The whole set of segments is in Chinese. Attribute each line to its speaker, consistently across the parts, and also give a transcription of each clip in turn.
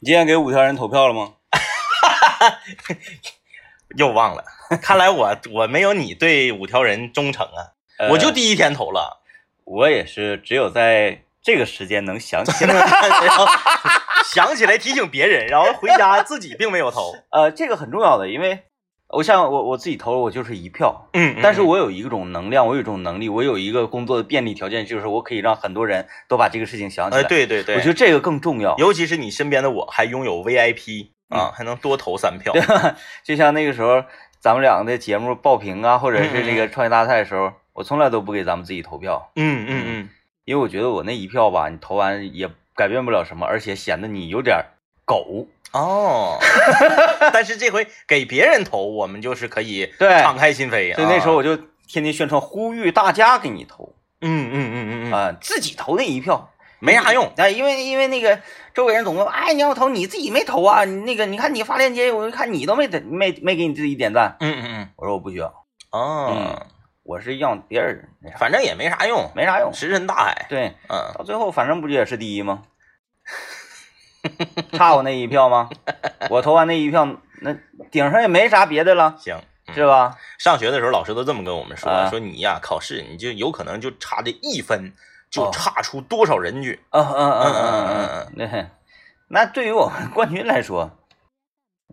Speaker 1: 你今天给五条人投票了吗？
Speaker 2: 又忘 了，看来我我没有你对五条人忠诚啊，
Speaker 1: 呃
Speaker 2: 我就第一天投了，
Speaker 1: 我也是，只有在这个时间能想起来。
Speaker 2: 然后想起来提醒别人，然后回家自己并没有投，
Speaker 1: 呃，这个很重要的，因为我像我我自己投了，我就是一票。
Speaker 2: 嗯
Speaker 1: 但是我有一种能量，我有一种能力，我有一个工作的便利条件，就是我可以让很多人都把这个事情想起
Speaker 2: 呃
Speaker 1: 来。，
Speaker 2: 对对对，
Speaker 1: 我觉得这个更重要。
Speaker 2: 尤其是你身边的我还拥有 VIP
Speaker 1: 嗯
Speaker 2: 啊，还能多投 三票，
Speaker 1: 就像那个时候咱们两个的节目爆屏啊，或者是这
Speaker 2: 嗯
Speaker 1: 个创业大赛的时候，我从来都不给咱们自己投票，
Speaker 2: 嗯嗯
Speaker 1: 因为我觉得我那一票吧，你投完也改变不了什么，而且显得你有点狗。
Speaker 2: 嗯，哦， 但是这回给别人投，我们就是可以
Speaker 1: 哎对
Speaker 2: 敞开心扉，
Speaker 1: 所以那时候
Speaker 2: 啊，
Speaker 1: 我就天天宣传，呼吁大家给你投
Speaker 2: 嗯嗯嗯嗯嗯，
Speaker 1: 啊、自己投那一票
Speaker 2: 没啥用，
Speaker 1: 哎，因为因为那个周围人总问，哎，你让我投，你自己没投啊？你那个你看你发链接，我一看你都没点没没给你自己点赞，
Speaker 2: 嗯嗯嗯，
Speaker 1: 我说我不需要，
Speaker 2: 哦，
Speaker 1: 我是让别人那啥，
Speaker 2: 反正也没啥用，
Speaker 1: 嗯没啥用。
Speaker 2: 石沉大海，
Speaker 1: 对，
Speaker 2: 嗯，
Speaker 1: 到最后反正不也是第一吗？ 差我那一票吗？我投完那一票，那顶上也没啥别的了，
Speaker 2: 行。嗯
Speaker 1: 是吧？
Speaker 2: 上学的时候，老师都这么跟我们说：“
Speaker 1: 啊
Speaker 2: 说你呀，考试你就有可能就差这一分，
Speaker 1: 哦
Speaker 2: 就差出多少人去。
Speaker 1: 嗯嗯嗯嗯
Speaker 2: 嗯
Speaker 1: 嗯嗯， 对。那对于我们冠军来说，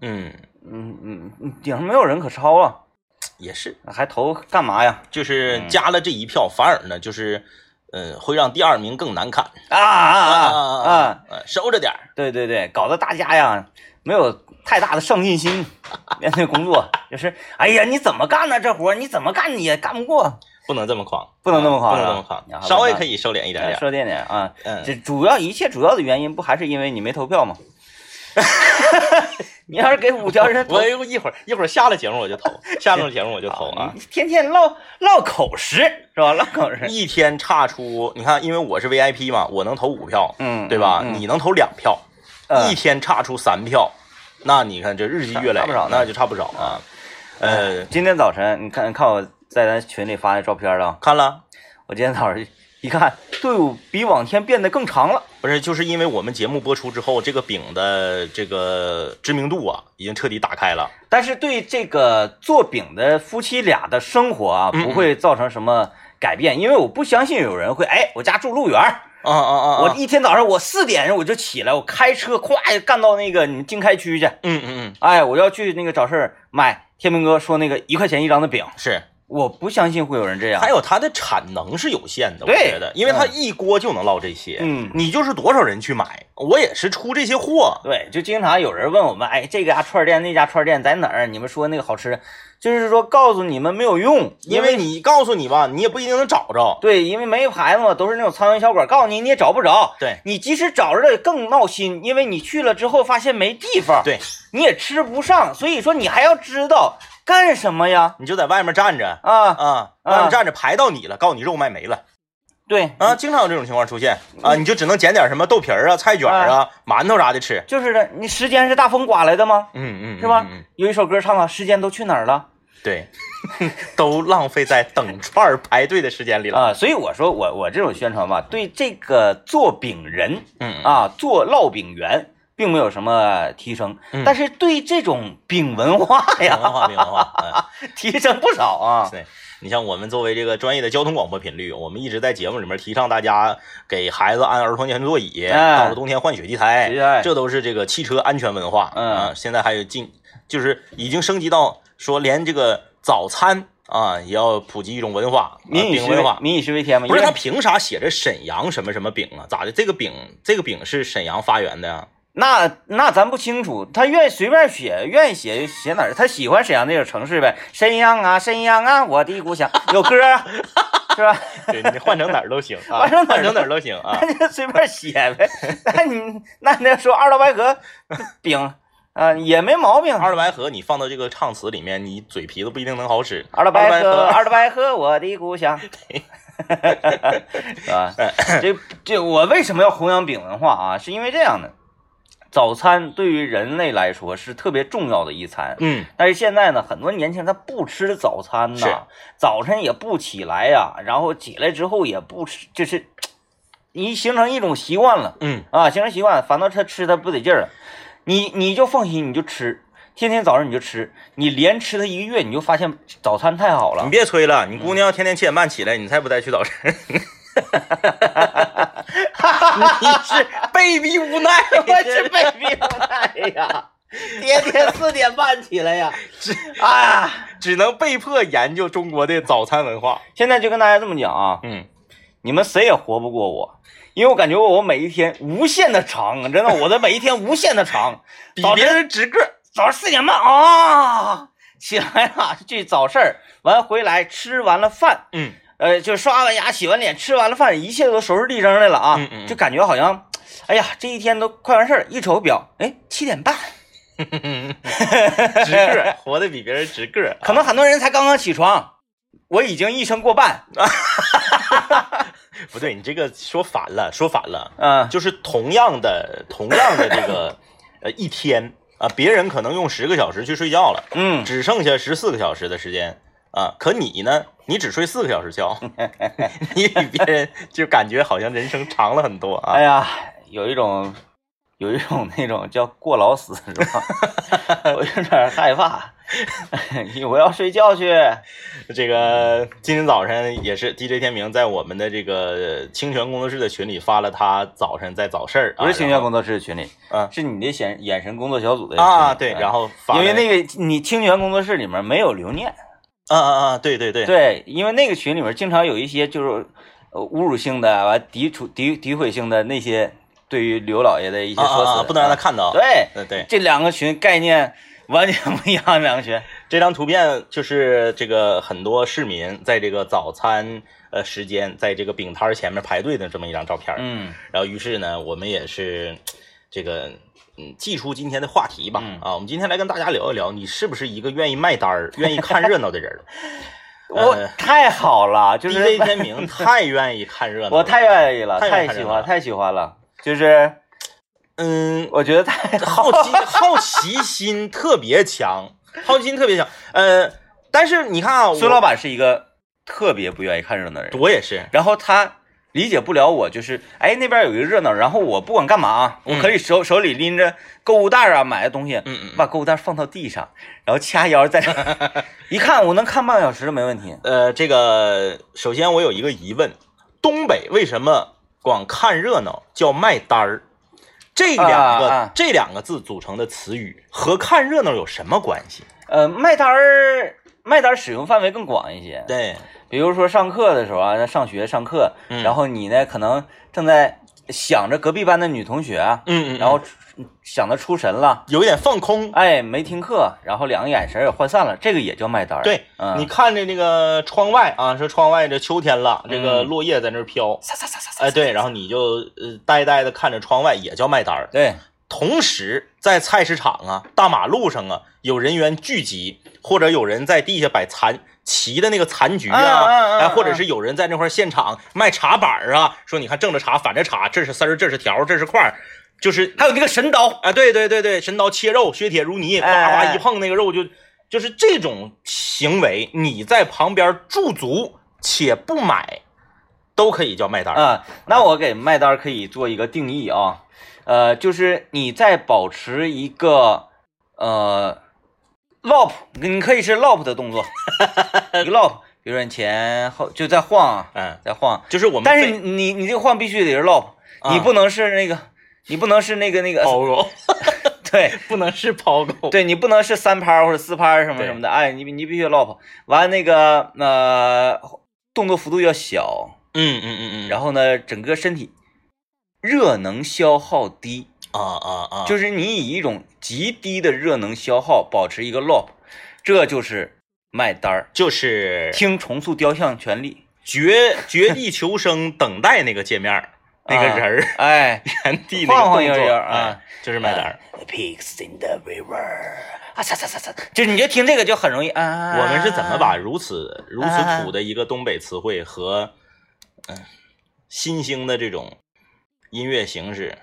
Speaker 2: 嗯，
Speaker 1: 嗯嗯嗯，顶上没有人可超啊，
Speaker 2: 也是，
Speaker 1: 还投干嘛呀？
Speaker 2: 就是
Speaker 1: 嗯
Speaker 2: 加了这一票，反而呢，就是，呃，会让第二名更难看
Speaker 1: 啊啊啊
Speaker 2: 啊
Speaker 1: 啊！
Speaker 2: 啊！收着点儿，
Speaker 1: 对对对，搞得大家呀没有太大的上进心，面对工作就是，哎呀，你怎么干呢？这活儿你怎么干你也干不过，
Speaker 2: 不能这么狂，
Speaker 1: 不能这么
Speaker 2: 啊
Speaker 1: 狂
Speaker 2: 不
Speaker 1: 啊
Speaker 2: 能这么
Speaker 1: 然
Speaker 2: 狂，
Speaker 1: 后
Speaker 2: 稍微
Speaker 1: 咱
Speaker 2: 可以收敛一点
Speaker 1: 哎
Speaker 2: 点。
Speaker 1: 说这点啊。
Speaker 2: 嗯，
Speaker 1: 这主要一切主要的原因不还是因为你没投票吗？ 你要是给五条人投
Speaker 2: 我一会儿一会儿下了节目我就投， 下了节目我就投啊。
Speaker 1: 你天天唠唠口实是吧？唠口实，
Speaker 2: 一天差出，你看，因为我是 VIP 嘛，我能投五票，
Speaker 1: 嗯
Speaker 2: 对吧？
Speaker 1: 嗯嗯
Speaker 2: 你能投两票，
Speaker 1: 嗯
Speaker 2: 一天差出三票，那你看这日积月累，
Speaker 1: 差不少呢
Speaker 2: 那就差不少啊。呃，
Speaker 1: 今天早晨你看看我在咱群里发的照片了，
Speaker 2: 看了，
Speaker 1: 我今天早上一看，队伍比往天变得更长了。
Speaker 2: 不是，就是因为我们节目播出之后，这个饼的这个知名度啊，已经彻底打开了。
Speaker 1: 但是对这个做饼的夫妻俩的生活啊，
Speaker 2: 嗯嗯
Speaker 1: 不会造成什么改变，因为我不相信有人会，哎，我家住路园儿，
Speaker 2: 啊啊啊
Speaker 1: 我
Speaker 2: 我，
Speaker 1: 一天早上我四点我就起来，我开车咵就干到那个你经开区去，
Speaker 2: 嗯嗯嗯，
Speaker 1: 哎，我要去那个找事儿买天明哥说那个一块钱一张的饼，
Speaker 2: 是。
Speaker 1: 我不相信会有人这样
Speaker 2: 还。有它的产能是有限的，我
Speaker 1: 啊对
Speaker 2: 觉得，因为它一锅就能烙这些，
Speaker 1: 嗯
Speaker 2: 你就是多少人去买，我也是出这些货，
Speaker 1: 对，就经常有人问我们，哎，这家串儿店那家串儿店在哪儿？你们说那个好吃，就是说告诉你们没有用，
Speaker 2: 因为你告诉你吧，你也不一定能找着，
Speaker 1: 对，因为没牌子嘛，都是那种苍蝇小馆，告诉你你也找不着。
Speaker 2: 对
Speaker 1: 你即使找着了也更闹心，因为你去了之后发现没地方，，
Speaker 2: 对，
Speaker 1: 你也吃不上，所以说你还要知道干什么呀？
Speaker 2: 你就在外面站着
Speaker 1: 啊，
Speaker 2: 啊，
Speaker 1: 啊
Speaker 2: 外面站着排到你了，告诉你肉卖没了
Speaker 1: 对，
Speaker 2: 啊，经常有这种情况出现啊，你就只能捡点什么豆皮儿啊、菜卷儿啊、馒头啥的吃，
Speaker 1: 就是的，你时间是大风刮来的吗？
Speaker 2: 嗯嗯，
Speaker 1: 是吧
Speaker 2: 嗯？嗯
Speaker 1: 有一首歌唱到时间都去哪儿了
Speaker 2: 对， 都浪费在等串儿排队的时间里了，
Speaker 1: 啊、所以我说我我这种宣传吧，对这个做饼人
Speaker 2: 嗯啊，
Speaker 1: 啊，做烙饼员并没有什么提升，
Speaker 2: 嗯
Speaker 1: 但是对这种饼文化
Speaker 2: 没文
Speaker 1: 呀
Speaker 2: 化没文化，嗯。
Speaker 1: 提升不少啊。
Speaker 2: 对，你像我们作为这个专业的交通广播频率，我们一直在节目里面提倡大家给孩子安儿童安全座椅，
Speaker 1: 哎
Speaker 2: 到了冬天换雪地胎
Speaker 1: 雪地胎，
Speaker 2: 这都是这个汽车安全文化。
Speaker 1: 嗯
Speaker 2: 啊，现在还有进，就是已经升级到说连这个早餐啊也要普及一种文化，啊
Speaker 1: 民以
Speaker 2: 饼
Speaker 1: 食为
Speaker 2: 文化。
Speaker 1: 民以食为天嘛，
Speaker 2: 不是
Speaker 1: 因为
Speaker 2: 他凭啥写着沈阳什么什么饼啊？咋的？这个饼这个饼是沈阳发源的呀、
Speaker 1: 那那咱不清楚，他愿意随便写，愿意写就写哪儿，他喜欢沈阳那个城市呗。沈阳啊，沈阳啊，我的故乡，有歌啊，是吧？
Speaker 2: 对你换成哪儿都行 啊，
Speaker 1: 换成哪儿都
Speaker 2: 成哪儿都行啊。
Speaker 1: 那就随便写呗。那你那你要说二道白河饼啊、也没毛病。
Speaker 2: 二道白河你放到这个唱词里面，你嘴皮子不一定能好使。
Speaker 1: 二道白河，
Speaker 2: 河
Speaker 1: 二道白河，我的故乡。 是吧？
Speaker 2: 哎
Speaker 1: 这这我为什么要弘扬饼文化啊？是因为这样的，早餐对于人类来说是特别重要的一餐。
Speaker 2: 嗯，
Speaker 1: 但是现在呢，很多年轻人他不吃早餐
Speaker 2: 是
Speaker 1: 呐，早晨也不起来呀、然后起来之后也不吃，就是你形成一种习惯了
Speaker 2: 嗯，
Speaker 1: 啊，形成习惯，反倒他吃他不得劲儿了，你你就放心，你就吃，天天早上你就吃，你连吃它一个月，你就发现早餐太好
Speaker 2: 你
Speaker 1: 了。
Speaker 2: 别吹了，你姑娘天天七点半起来，你才不带去早市。你是被逼无奈，
Speaker 1: 我是被逼无奈 呀，天天四点半起来 呀，哎呀，
Speaker 2: 只能被迫研究中国的早餐文化。
Speaker 1: 现在就跟大家这么讲啊，
Speaker 2: 嗯，
Speaker 1: 你们谁也活不过我，因为我感觉我每一天无限的长，真的，我的每一天无限的长。
Speaker 2: 比
Speaker 1: 早晨
Speaker 2: 别人直个儿。
Speaker 1: 早上四点半啊，起来了去早市儿，完回来吃完了饭，
Speaker 2: 嗯，
Speaker 1: 呃，就刷完牙、洗完脸、吃完了饭，一切都收拾地扔来了啊，
Speaker 2: 嗯嗯嗯
Speaker 1: 就感觉好像，哎呀，这一天都快完事儿，一瞅表，哎，七点半，
Speaker 2: 直个儿，活得比别人直个儿。
Speaker 1: 可能很多人才刚刚起床，我已经一生过半，
Speaker 2: 不对，你这个说反了，说反了。
Speaker 1: 嗯、
Speaker 2: 就是同样的，同样的这个呃一天啊，别人可能用十个小时去睡觉了，
Speaker 1: 嗯，
Speaker 2: 只剩下十四个小时的时间啊，可你呢，你只睡四个小时觉， 你比别人就感觉好像人生长了很多啊
Speaker 1: 哎。呀，有一种，有一种那种叫过劳死是吧？ 我有点害怕， 我要睡觉去，
Speaker 2: 这个今天早晨也是 DJ 天明在我们的这个清泉工作室的群里发了他早晨在早市儿啊，
Speaker 1: 不是清
Speaker 2: 然
Speaker 1: 泉
Speaker 2: 后
Speaker 1: 工作室的群里，
Speaker 2: 嗯
Speaker 1: 是你的眼眼神工作小组的
Speaker 2: 啊，
Speaker 1: 群
Speaker 2: 对，
Speaker 1: 嗯
Speaker 2: 然后发
Speaker 1: 因为
Speaker 2: 个
Speaker 1: 那个你清泉工作室里面没有留念，
Speaker 2: 啊啊啊，对对对，
Speaker 1: 对，因为那个群里面经常有一些就是呃侮辱性的、完诋除诋诋毁性的那些对于刘老爷的一些
Speaker 2: 啊
Speaker 1: 说辞，
Speaker 2: 啊啊，不能让他
Speaker 1: 啊
Speaker 2: 看到。呃
Speaker 1: 对，
Speaker 2: 对对，
Speaker 1: 这两个群概念完全不一样，两个群。
Speaker 2: 这张图片就是这个很多市民在这个早餐呃时间，在这个饼摊儿前面排队的这么一张照片。，
Speaker 1: 嗯，
Speaker 2: 然后于是呢，我们也是这个嗯，寄出今天的话题吧。
Speaker 1: 嗯
Speaker 2: 啊，我们今天来跟大家聊一聊，你是不是一个愿意卖单儿、愿意看热闹 的人儿
Speaker 1: 我
Speaker 2: 呃
Speaker 1: 太好了，就是
Speaker 2: ？DJ 天明太愿意看热闹了，
Speaker 1: 我太愿意了，
Speaker 2: 太愿
Speaker 1: 太
Speaker 2: 意看
Speaker 1: 喜
Speaker 2: 热闹
Speaker 1: 欢，
Speaker 2: 了
Speaker 1: 太喜欢了，就是
Speaker 2: 嗯，
Speaker 1: 我觉得太
Speaker 2: 好奇好奇心特别强，好奇心特别强。呃，但是你看啊，我
Speaker 1: 孙老板是一个特别不愿意看热闹的人。
Speaker 2: 我也是，
Speaker 1: 然后他理解不了我，就是哎那边有一个热闹，然后我不管干嘛啊，
Speaker 2: 嗯
Speaker 1: 我可以手手里拎着购物袋啊买的东西，
Speaker 2: 嗯嗯嗯
Speaker 1: 把购物袋放到地上，然后掐腰在这 儿一看，我能看半个小时都没问题。
Speaker 2: 呃，这个首先我有一个疑问，东北为什么光看热闹叫卖单儿？这两个、
Speaker 1: 啊啊
Speaker 2: 这两个字组成的词语和看热闹有什么关系？
Speaker 1: 呃，卖单儿卖单儿使用范围更广一些，
Speaker 2: 对，
Speaker 1: 比如说上课的时候啊，上学上课，
Speaker 2: 嗯
Speaker 1: 然后你呢可能正在想着隔壁班的女同学啊，
Speaker 2: 嗯嗯，
Speaker 1: 然后想的出神了。
Speaker 2: 有一点放空。
Speaker 1: 哎，没听课，然后两个眼神也涣散了，这个也叫卖单儿。
Speaker 2: 对，
Speaker 1: 嗯，
Speaker 2: 你看着那个窗外啊，说窗外这秋天了，这个
Speaker 1: 嗯
Speaker 2: 落叶在那儿飘，
Speaker 1: 撒撒撒撒撒，
Speaker 2: 哎，对，然后你就呃呆呆的看着窗外，也叫卖单儿。
Speaker 1: 对，
Speaker 2: 同时，在菜市场啊、大马路上啊，有人员聚集，或者有人在地下摆残齐的那个残局啊，
Speaker 1: 啊啊啊啊
Speaker 2: 哎，或者是有人在那块儿现场卖茶板儿啊，说你看正着茶，反着茶，这是丝儿，这是条儿，这是块儿，就是
Speaker 1: 还有那个神刀，
Speaker 2: 啊，对对对对，神刀切肉，削铁如泥，
Speaker 1: 哎
Speaker 2: 哗
Speaker 1: 哎
Speaker 2: 哗
Speaker 1: 哎
Speaker 2: 一碰那个肉就，就是这种行为，你在旁边驻足且不买，都可以叫卖单儿。
Speaker 1: 啊、那我给麦单可以做一个定义啊，呃，就是你在保持一个呃 lop，你可以是 lop 的 动作，一个 lop，比如说你前后就在晃啊，
Speaker 2: 嗯，
Speaker 1: 在晃，
Speaker 2: 就是我们
Speaker 1: 但是
Speaker 2: 被
Speaker 1: 你你你这个晃必须得是 lop，、
Speaker 2: 啊哦
Speaker 1: 你不能是那个，你不能是那个那个，
Speaker 2: 抛狗
Speaker 1: 对
Speaker 2: 不能是抛狗，
Speaker 1: 对，你不能是三拍或者四拍什么
Speaker 2: 对
Speaker 1: 什么的，哎，你你必须 lop，完那个呃动作幅度要小。
Speaker 2: 嗯嗯嗯嗯，
Speaker 1: 然后呢，整个身体热能消耗低，
Speaker 2: 啊啊啊，
Speaker 1: 就是你以一种极低的热能消耗保持一个 lop，这就是卖单儿。
Speaker 2: 就是
Speaker 1: 听重塑雕像权利，
Speaker 2: 绝绝地求生等待那个界面儿，那个人儿
Speaker 1: 哎
Speaker 2: 原地那个
Speaker 1: 啊晃晃
Speaker 2: 动作
Speaker 1: 悠悠啊
Speaker 2: 哎就是卖单儿。
Speaker 1: ，pigs in the river，啊擦擦擦擦，就是你就听这个就很容易啊。
Speaker 2: 我们是怎么把如此如此土的一个东北词汇和嗯、新兴的这种音乐形式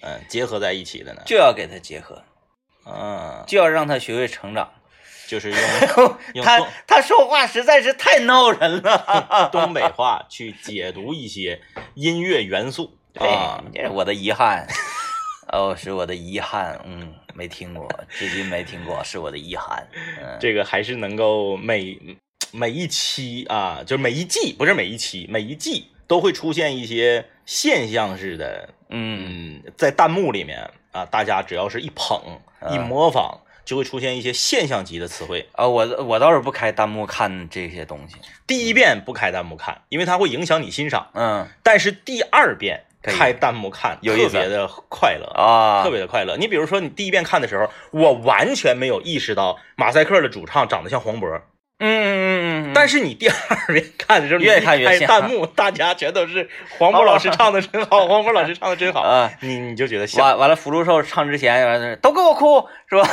Speaker 2: 嗯、结合在一起的呢？
Speaker 1: 就要给它结合，
Speaker 2: 嗯、
Speaker 1: 就要让它学会成长。
Speaker 2: 就是用用啊
Speaker 1: 他
Speaker 2: 动
Speaker 1: 他说话实在是太闹人了。
Speaker 2: 东北话去解读一些音乐元素
Speaker 1: 对
Speaker 2: 啊，
Speaker 1: 哎这是我的遗憾， 哦，是我的遗憾，嗯，没听过，至今没听过，是我的遗憾，嗯，
Speaker 2: 这个还是能够每每一期啊，就是每一季，不是每一期，每一季都会出现一些现象式的，
Speaker 1: 嗯，
Speaker 2: 嗯，在弹幕里面啊，大家只要是一捧
Speaker 1: 啊
Speaker 2: 一模仿，就会出现一些现象级的词汇。
Speaker 1: 啊，我我倒是不开弹幕看这些东西，
Speaker 2: 第一遍不开弹幕看，因为它会影响你欣赏，
Speaker 1: 嗯
Speaker 2: 但是第二遍
Speaker 1: 可以
Speaker 2: 开弹幕看，
Speaker 1: 有意思
Speaker 2: 特别的快乐。
Speaker 1: 啊，
Speaker 2: 特别的快乐。你比如说，你第一遍看的时候，我完全没有意识到马赛克的主唱长得像黄渤，
Speaker 1: 嗯，嗯嗯嗯嗯，
Speaker 2: 但是你第二遍看的时候，
Speaker 1: 越看越
Speaker 2: 你一开
Speaker 1: 像
Speaker 2: 弹幕，大家全 都是黄渤老师唱的真好，黄渤老师唱的真好，
Speaker 1: 啊，
Speaker 2: 你你就觉得像
Speaker 1: 完完了，福禄寿唱之前，完了都给我哭是 吧？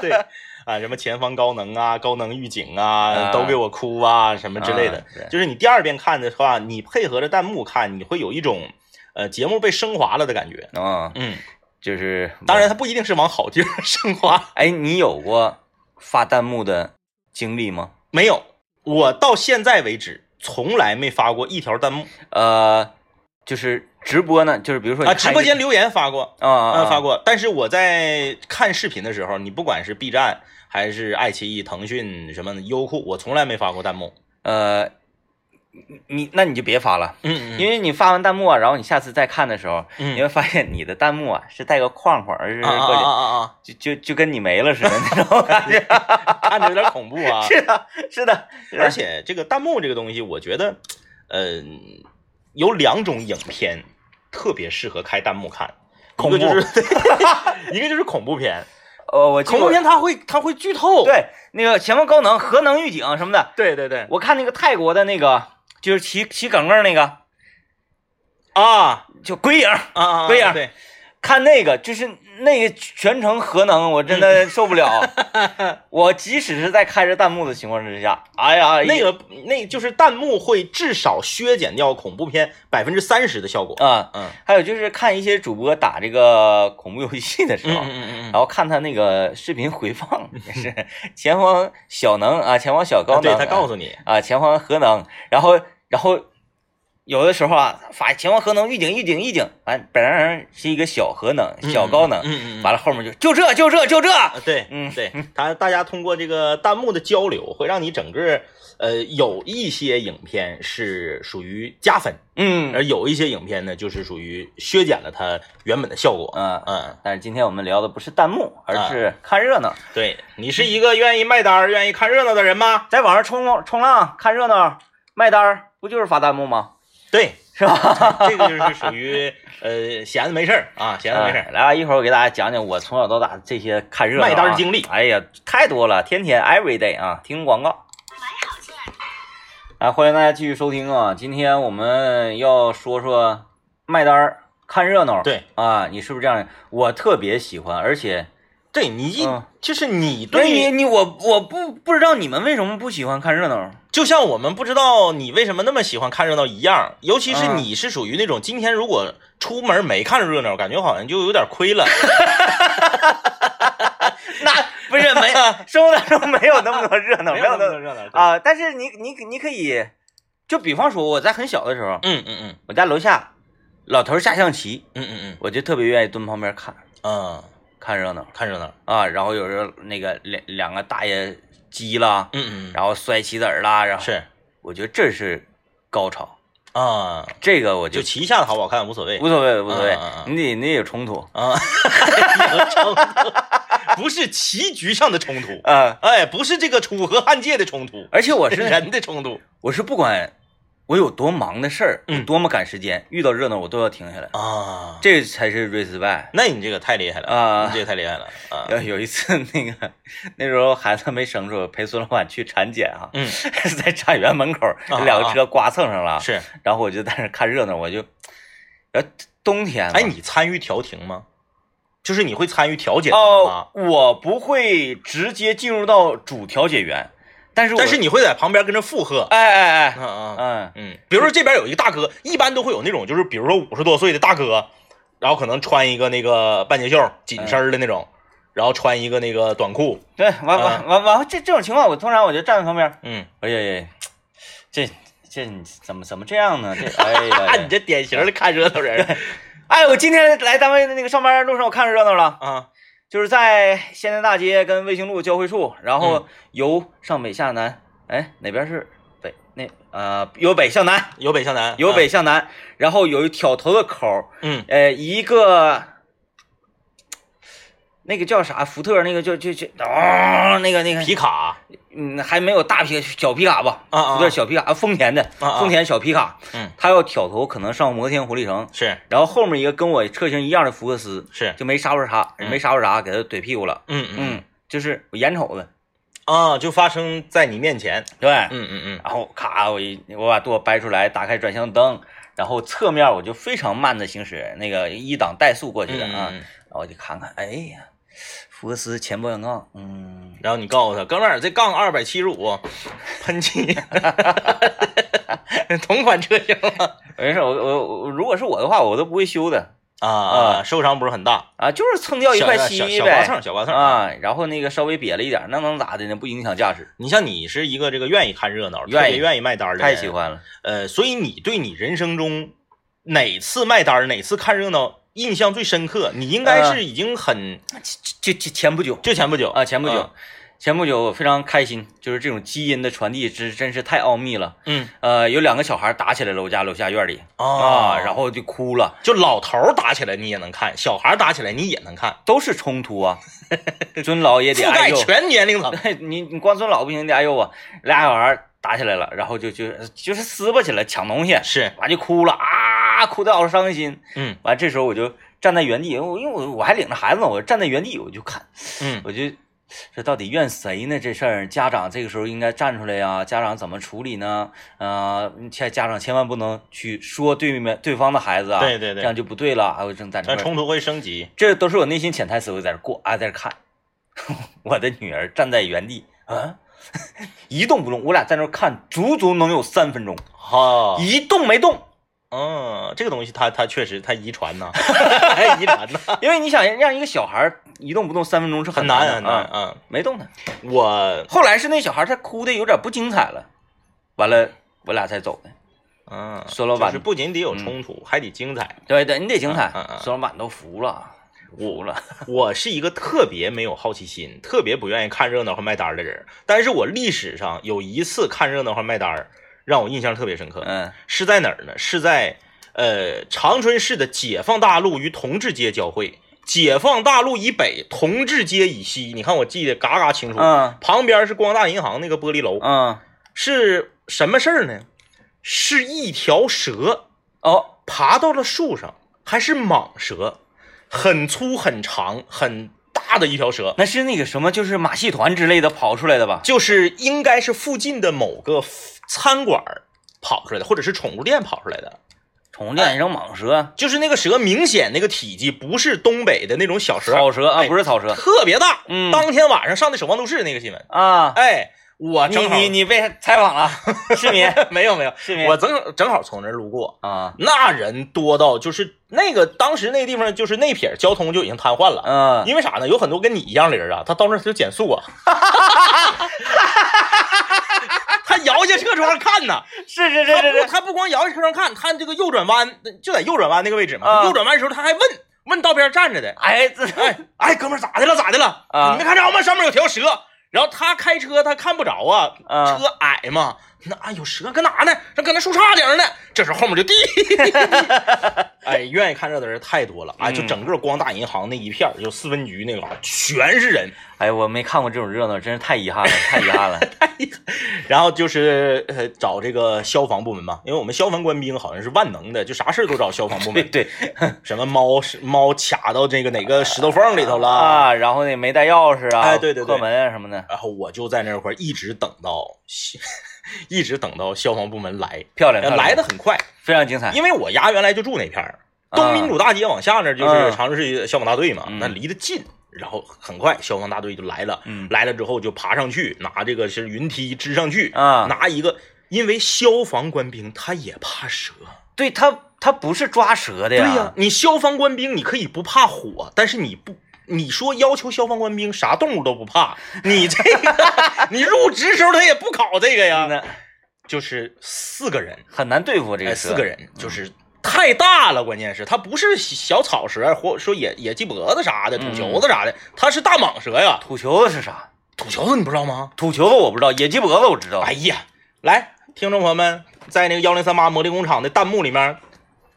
Speaker 2: 对啊，什么前方高能啊，高能预警
Speaker 1: 啊
Speaker 2: 啊，都给我哭啊，什么之类的
Speaker 1: 啊对。
Speaker 2: 就是你第二遍看的话，你配合着弹幕看，你会有一种呃节目被升华了的感觉。
Speaker 1: 嗯，
Speaker 2: 嗯，
Speaker 1: 就是
Speaker 2: 当然它不一定是往好地儿 升华，
Speaker 1: 哎，你有过发弹幕的经历吗？
Speaker 2: 没有，我到现在为止从来没发过一条弹幕
Speaker 1: 呃，就是直播呢，就是比如说你
Speaker 2: 啊，
Speaker 1: 看
Speaker 2: 直播
Speaker 1: 一
Speaker 2: 间留言发过，
Speaker 1: 啊啊
Speaker 2: 嗯，
Speaker 1: 啊
Speaker 2: 发过。但是我在看视频的时候，你不管是 B 站还是爱奇艺、腾讯什么的优酷，我从来没发过弹幕。
Speaker 1: 呃，你你那你就别发了。
Speaker 2: 嗯
Speaker 1: 因为你发完弹幕啊，然后你下次再看的时候，
Speaker 2: 嗯
Speaker 1: 你会发现你的弹幕啊是带个框框，而是
Speaker 2: 啊啊
Speaker 1: 过去、
Speaker 2: 啊
Speaker 1: 就就就跟你没了似的那种感 觉。。
Speaker 2: 啊啊！看着有点恐怖啊
Speaker 1: 是的，是的，是的
Speaker 2: 而且这个弹幕这个东西，我觉得，呃，有两种影片特别适合开弹幕看，
Speaker 1: 恐怖
Speaker 2: 一个就是 一个就是恐怖片，
Speaker 1: 呃，我记
Speaker 2: 恐怖
Speaker 1: 过
Speaker 2: 片它会它会剧透。
Speaker 1: 对那个前方高能、核能预警什么的，
Speaker 2: 对对对
Speaker 1: 我看那个泰国的那个就是骑骑梗梗那个，
Speaker 2: 啊！
Speaker 1: 就鬼影，
Speaker 2: 啊啊，啊
Speaker 1: 对呀
Speaker 2: 对，
Speaker 1: 看那个就是那个全程核能，我真的
Speaker 2: 嗯
Speaker 1: 受 不了。我即使是在开着弹幕的情况之下，哎呀，
Speaker 2: 那个那就是弹幕会至少削减掉恐怖片百分之三十的效果。
Speaker 1: 啊、
Speaker 2: 嗯
Speaker 1: 还有就是看一些主播打这个恐怖游戏的时候。
Speaker 2: 嗯
Speaker 1: 然后看他那个视频回放，也 是前方小能啊，前方小高能，
Speaker 2: 对他告
Speaker 1: 诉
Speaker 2: 诉你，
Speaker 1: 啊，前方核能，然后然后有的时候啊，发前方核能预警预警预警，完本来是一个小核能小高能，
Speaker 2: 嗯嗯，
Speaker 1: 完了
Speaker 2: 了。
Speaker 1: 后面就就这就这就这，
Speaker 2: 啊，对，
Speaker 1: 嗯
Speaker 2: 对，他大家通过这个弹幕的交流，会让你整个，呃，有一些影片是属于加分，
Speaker 1: 嗯，
Speaker 2: 而有一些影片呢，就是属于削减了它原本的效果。
Speaker 1: 嗯
Speaker 2: 嗯，
Speaker 1: 但是今天我们聊的不是弹幕，而
Speaker 2: 啊
Speaker 1: 是看热闹，
Speaker 2: 对你是一个愿意卖单儿、愿意看热闹的人吗？
Speaker 1: 在网上冲冲浪、看热闹、卖单儿，不就是发弹幕吗？
Speaker 2: 对，
Speaker 1: 是吧？
Speaker 2: 这个就是属于呃闲着没事儿啊，闲着没事
Speaker 1: 啊
Speaker 2: 儿。
Speaker 1: 来吧，一会儿我给大家讲讲我从小到大这些看热闹、啊、
Speaker 2: 卖单儿经历
Speaker 1: 哎呀，太多了，天天 every day 啊，听广告。来，欢迎大家继续收听啊！今天我们要说说卖单儿、看热闹。
Speaker 2: 对
Speaker 1: 啊，你是不是这样？我特别喜欢，而且
Speaker 2: 对你一、
Speaker 1: 嗯
Speaker 2: 就是你
Speaker 1: 那
Speaker 2: 对
Speaker 1: 你
Speaker 2: 于，
Speaker 1: 你我我不不知道你们为什么不喜欢看热闹。
Speaker 2: 就像我们不知道你为什么那么喜欢看热闹一样，尤其是
Speaker 1: 嗯
Speaker 2: 你是属于那种今天如果出门没看热闹，感觉好像就有点亏了。
Speaker 1: 那 不是没生活当中没有那么多热闹，没有那么多
Speaker 2: 热闹啊，
Speaker 1: 啊。但是你你你可以，就比方说我在很小的时候，
Speaker 2: 嗯嗯嗯
Speaker 1: 我家楼下老头儿下象棋，
Speaker 2: 嗯嗯
Speaker 1: 我就特别愿意蹲旁边看
Speaker 2: 嗯嗯，
Speaker 1: 看热闹
Speaker 2: 看热闹，
Speaker 1: 啊。然后有时候那个两两个大爷击啦，
Speaker 2: 嗯嗯嗯，
Speaker 1: 然后摔棋子儿啦，然后
Speaker 2: 是
Speaker 1: 我觉得这是高潮，
Speaker 2: 啊，
Speaker 1: 这个我
Speaker 2: 就
Speaker 1: 就
Speaker 2: 旗下的好不好看无所谓
Speaker 1: 无所谓无所谓
Speaker 2: 嗯嗯，
Speaker 1: 你得你得有冲突
Speaker 2: 啊， 有冲突不是棋局上的冲突，
Speaker 1: 啊。
Speaker 2: 哎，不是这个楚河汉界的冲突，
Speaker 1: 而且我
Speaker 2: 是
Speaker 1: 是
Speaker 2: 人的 冲突
Speaker 1: 我是不管我有多忙的事儿，
Speaker 2: 嗯
Speaker 1: 我多么赶时间，遇到热闹我都要停下来。
Speaker 2: 啊。
Speaker 1: 这才是 respect
Speaker 2: 那你这个太厉害了
Speaker 1: 啊
Speaker 2: 你这个太厉害了啊！
Speaker 1: 呃，有一次那个 那时候孩子没生出，陪孙老板去产检哈、
Speaker 2: 嗯，
Speaker 1: 在产院门口
Speaker 2: 啊
Speaker 1: 两个车刮蹭上了，
Speaker 2: 是，
Speaker 1: 然后我就在那看热闹，我就，然后冬天嘛哦
Speaker 2: 哎，你参与调停吗？就是你会参与调解的
Speaker 1: 哦
Speaker 2: 吗？，
Speaker 1: 我不会直接进入到主调解员，但是我
Speaker 2: 但是你会在旁边跟着附 和。
Speaker 1: 哎哎哎，
Speaker 2: 嗯嗯
Speaker 1: 嗯，
Speaker 2: 嗯，比如说这边有一个大哥，一般都会有那种，就是比如说五十多岁的大哥，然后可能穿一个那个半截袖紧身儿的那种，然后穿一个那个短裤。嗯
Speaker 1: 对，完完完完，这这种情况我通常我就站在旁边，
Speaker 2: 嗯，，
Speaker 1: 哎哎呀呀，这这你怎么怎么这样呢？这哎呀
Speaker 2: 你这典型的看热闹人儿
Speaker 1: 哎，我今天来单位的那个上班路上，我看热闹了，
Speaker 2: 啊！
Speaker 1: 就是在现代大街跟卫星路交汇处，然
Speaker 2: 嗯
Speaker 1: 后由上北下南，哎，哪边是北？那呃，由北向南，
Speaker 2: 由北向南，
Speaker 1: 由北
Speaker 2: 啊，
Speaker 1: 向南，然后有一挑头的口儿，
Speaker 2: 嗯，
Speaker 1: 呃，一个那个叫啥福特，那个叫就就啊、那个那个
Speaker 2: 皮卡
Speaker 1: 嗯，还没有大皮小皮卡吧？
Speaker 2: 啊啊
Speaker 1: 福特小皮卡，啊丰田的，
Speaker 2: 啊啊
Speaker 1: 丰田小皮卡，
Speaker 2: 嗯，
Speaker 1: 它要挑头，可能上摩天活力城，
Speaker 2: 是
Speaker 1: 然后后面一个跟我车型一样的福克斯，
Speaker 2: 是，
Speaker 1: 就没刹不刹，
Speaker 2: 嗯
Speaker 1: 没刹不刹，给他怼屁股了。
Speaker 2: 嗯
Speaker 1: 嗯，就是我眼瞅着，
Speaker 2: 啊，就发生在你面前，
Speaker 1: 对，
Speaker 2: 嗯嗯
Speaker 1: 然后咔，我一我把舵掰出来，打开转向灯，然后侧面我就非常慢的行驶，那个一档怠速过去的
Speaker 2: 嗯
Speaker 1: 啊，
Speaker 2: 嗯嗯
Speaker 1: 然后我就看看，哎呀，福克斯前保险杠，嗯，
Speaker 2: 然后你告诉他，哥们儿，这杠二百七十五，喷漆，同款车型吗
Speaker 1: 没事，我我我如果是我的话，我都不会修的
Speaker 2: 啊
Speaker 1: 啊
Speaker 2: 啊，受伤不是很大，
Speaker 1: 啊，就是蹭掉一
Speaker 2: 小
Speaker 1: 块
Speaker 2: 小
Speaker 1: 漆
Speaker 2: 小刮
Speaker 1: 呗，
Speaker 2: 蹭，小刮蹭。
Speaker 1: 啊，然后那个稍微瘪了一点，那能咋的呢？不影响驾驶，
Speaker 2: 你像你是一个这个愿意看热闹，
Speaker 1: 愿意
Speaker 2: 特别愿意卖单儿的，
Speaker 1: 太喜。欢了。
Speaker 2: 呃，所以你对你人生中哪次卖单儿，哪次看热闹印象最深刻？你应该是已经很、
Speaker 1: 就就前不久
Speaker 2: 就前不久
Speaker 1: 嗯啊，前不久
Speaker 2: 啊，
Speaker 1: 前不久我非常开心，就是这种基因的传递真真是太奥秘了。
Speaker 2: 嗯
Speaker 1: 呃，有两个小孩打起来了，我家楼下院里
Speaker 2: 哦
Speaker 1: 啊，然后就哭了，
Speaker 2: 就老头儿打起来你也能看，小孩儿打起来你也能看，
Speaker 1: 都是冲突啊，尊老也得
Speaker 2: 覆
Speaker 1: 哎
Speaker 2: 盖
Speaker 1: 呦，
Speaker 2: 全年龄层。
Speaker 1: 你你光尊老不行，你得哎呦啊，俩小孩打起来了，然后就就就是撕巴起来抢东西，
Speaker 2: 是，
Speaker 1: 完就哭了啊，哭得好伤心。
Speaker 2: 嗯
Speaker 1: 完这时候我就站在原地，我因为我我还领着孩子呢，我站在原地我就看，
Speaker 2: 嗯
Speaker 1: 我就这到底怨谁呢？这事儿家长这个时候应该站出来呀、家长怎么处理呢？呃，千家长千万不能去说对面对方的孩子啊，
Speaker 2: 对对对
Speaker 1: 这样就不对了。啊，我正在这
Speaker 2: 那
Speaker 1: 块儿
Speaker 2: 冲突会升级。
Speaker 1: 这都是我内心潜台词，我在这过啊，在这看，我的女儿站在原地啊， 一动不动，我俩在那儿看，足足能有三分钟，啊
Speaker 2: 哈，
Speaker 1: 一动没动。
Speaker 2: 嗯，这个东西它它确实它遗传 呐，哎遗传呐，
Speaker 1: 因为你想让一个小孩儿一动不动三分钟是
Speaker 2: 很
Speaker 1: 难
Speaker 2: 难
Speaker 1: 的
Speaker 2: 很难
Speaker 1: 啊，
Speaker 2: 啊。
Speaker 1: 没动弹。
Speaker 2: 我
Speaker 1: 后来是那小孩儿他哭的有点不精彩了，完了我俩才走的。
Speaker 2: 嗯，
Speaker 1: 孙老板嗯
Speaker 2: 就是不仅得有冲突，还得精彩。
Speaker 1: 对对，你得精彩
Speaker 2: 嗯嗯。嗯
Speaker 1: 孙老板都服了，服了。
Speaker 2: 我是一个特别没有好奇心，特别不愿意看热闹和卖单儿的人，但是我历史上有一次看热闹和卖单儿让我印象特别深刻，
Speaker 1: 嗯
Speaker 2: 是在哪儿呢？是在呃长春市的解放大路与同志街交汇，解放大路以北，同志街以西。你看我记得嘎嘎清楚，
Speaker 1: 嗯
Speaker 2: 旁边是光大银行那个玻璃楼，
Speaker 1: 嗯，
Speaker 2: 是什么事儿呢？是一条蛇
Speaker 1: 哦，
Speaker 2: 爬到了树上，还是蟒蛇，很粗很长很大的一条蛇，
Speaker 1: 那是那个什么，就是马戏团之类的跑出来的吧？
Speaker 2: 就是应该是附近的某个餐馆儿跑出来的，或者是宠物店跑出来的。
Speaker 1: 宠物店扔蟒蛇、
Speaker 2: 就是那个蛇，明显那个体积不是东北的那种小蛇，
Speaker 1: 草蛇啊，
Speaker 2: 哎
Speaker 1: 不是草蛇
Speaker 2: 特别大。
Speaker 1: 嗯
Speaker 2: 当天晚上上的《守望都市》那个新闻，
Speaker 1: 啊。
Speaker 2: 哎，我
Speaker 1: 你
Speaker 2: 正好
Speaker 1: 你你被采访了，市民
Speaker 2: 没有没有
Speaker 1: 市民，
Speaker 2: 我正正好从那儿路过，
Speaker 1: 啊，
Speaker 2: 那人多到就是那个当时那地方就是那撇儿交通就已经瘫痪了。
Speaker 1: 嗯，
Speaker 2: 因为啥呢？有很多跟你一样的人啊，他到那儿他就减 速啊，他摇下车窗看呢，
Speaker 1: 是是是
Speaker 2: 他
Speaker 1: 是
Speaker 2: 不
Speaker 1: 是，
Speaker 2: 他不光摇下车窗看，他这个右转弯就在右转弯那个位置嘛，
Speaker 1: 啊
Speaker 2: 右转弯的时候他还问问道边站着的，
Speaker 1: 哎，这
Speaker 2: 哎哎，哥们儿咋的了咋的了？
Speaker 1: 啊
Speaker 2: 你没看着吗？上面有条蛇。然后他开车他看不着啊，
Speaker 1: 啊
Speaker 2: 车矮嘛，那啊有蛇搁哪呢？正搁那树杈顶呢。这时候后面 就滴， 哎，愿意看这的人太多了，哎，就
Speaker 1: 嗯
Speaker 2: 整个光大银行那一片儿，就四分局那嘎、达全是人。
Speaker 1: 哎，我没看过这种热闹，真是太遗憾了，太遗憾了。
Speaker 2: 然后就是呃找这个消防部门嘛，因为我们消防官兵好像是万能的，就啥事儿都找消防部
Speaker 1: 对
Speaker 2: 门，
Speaker 1: 对
Speaker 2: 什么猫猫卡到这个哪个石头缝里头了，
Speaker 1: 啊，然后那没带钥匙啊，
Speaker 2: 哎对对对
Speaker 1: 破门啊什么的，
Speaker 2: 然后我就在那块儿一直等到， 一直等到消防部门来，呃
Speaker 1: 漂亮，漂亮
Speaker 2: 来的很快，
Speaker 1: 非常精彩。
Speaker 2: 因为我丫原来就住那片儿，
Speaker 1: 啊
Speaker 2: 东民主大街往下那儿就
Speaker 1: 嗯
Speaker 2: 是长春市消防大队嘛，
Speaker 1: 嗯
Speaker 2: 那离得近。然后很快，消防大队就来了。
Speaker 1: 嗯
Speaker 2: 来了之后就爬上去，拿这个是云梯支上去，
Speaker 1: 啊
Speaker 2: 拿一个，因为消防官兵他也怕蛇。
Speaker 1: 对他，他不是抓蛇的呀。
Speaker 2: 对呀、你消防官兵你可以不怕火，但是你不，你说要求消防官兵啥
Speaker 1: 嗯
Speaker 2: 动物都不怕，你这个你入职时候他也不考这个呀。
Speaker 1: 那
Speaker 2: 就是四个人，
Speaker 1: 很难对付这
Speaker 2: 哎，
Speaker 1: 个嗯
Speaker 2: 四个人就是太大了，关键是它不是小草蛇或说野野鸡脖子啥的、
Speaker 1: 嗯
Speaker 2: 土球子啥的，它是大蟒蛇呀。
Speaker 1: 土球子是啥？
Speaker 2: 土球子你不知道吗？
Speaker 1: 土球子我不知道，野鸡脖子我知道。
Speaker 2: 哎呀，来，听众朋友们，在那个幺零三八魔力工厂的弹幕里面，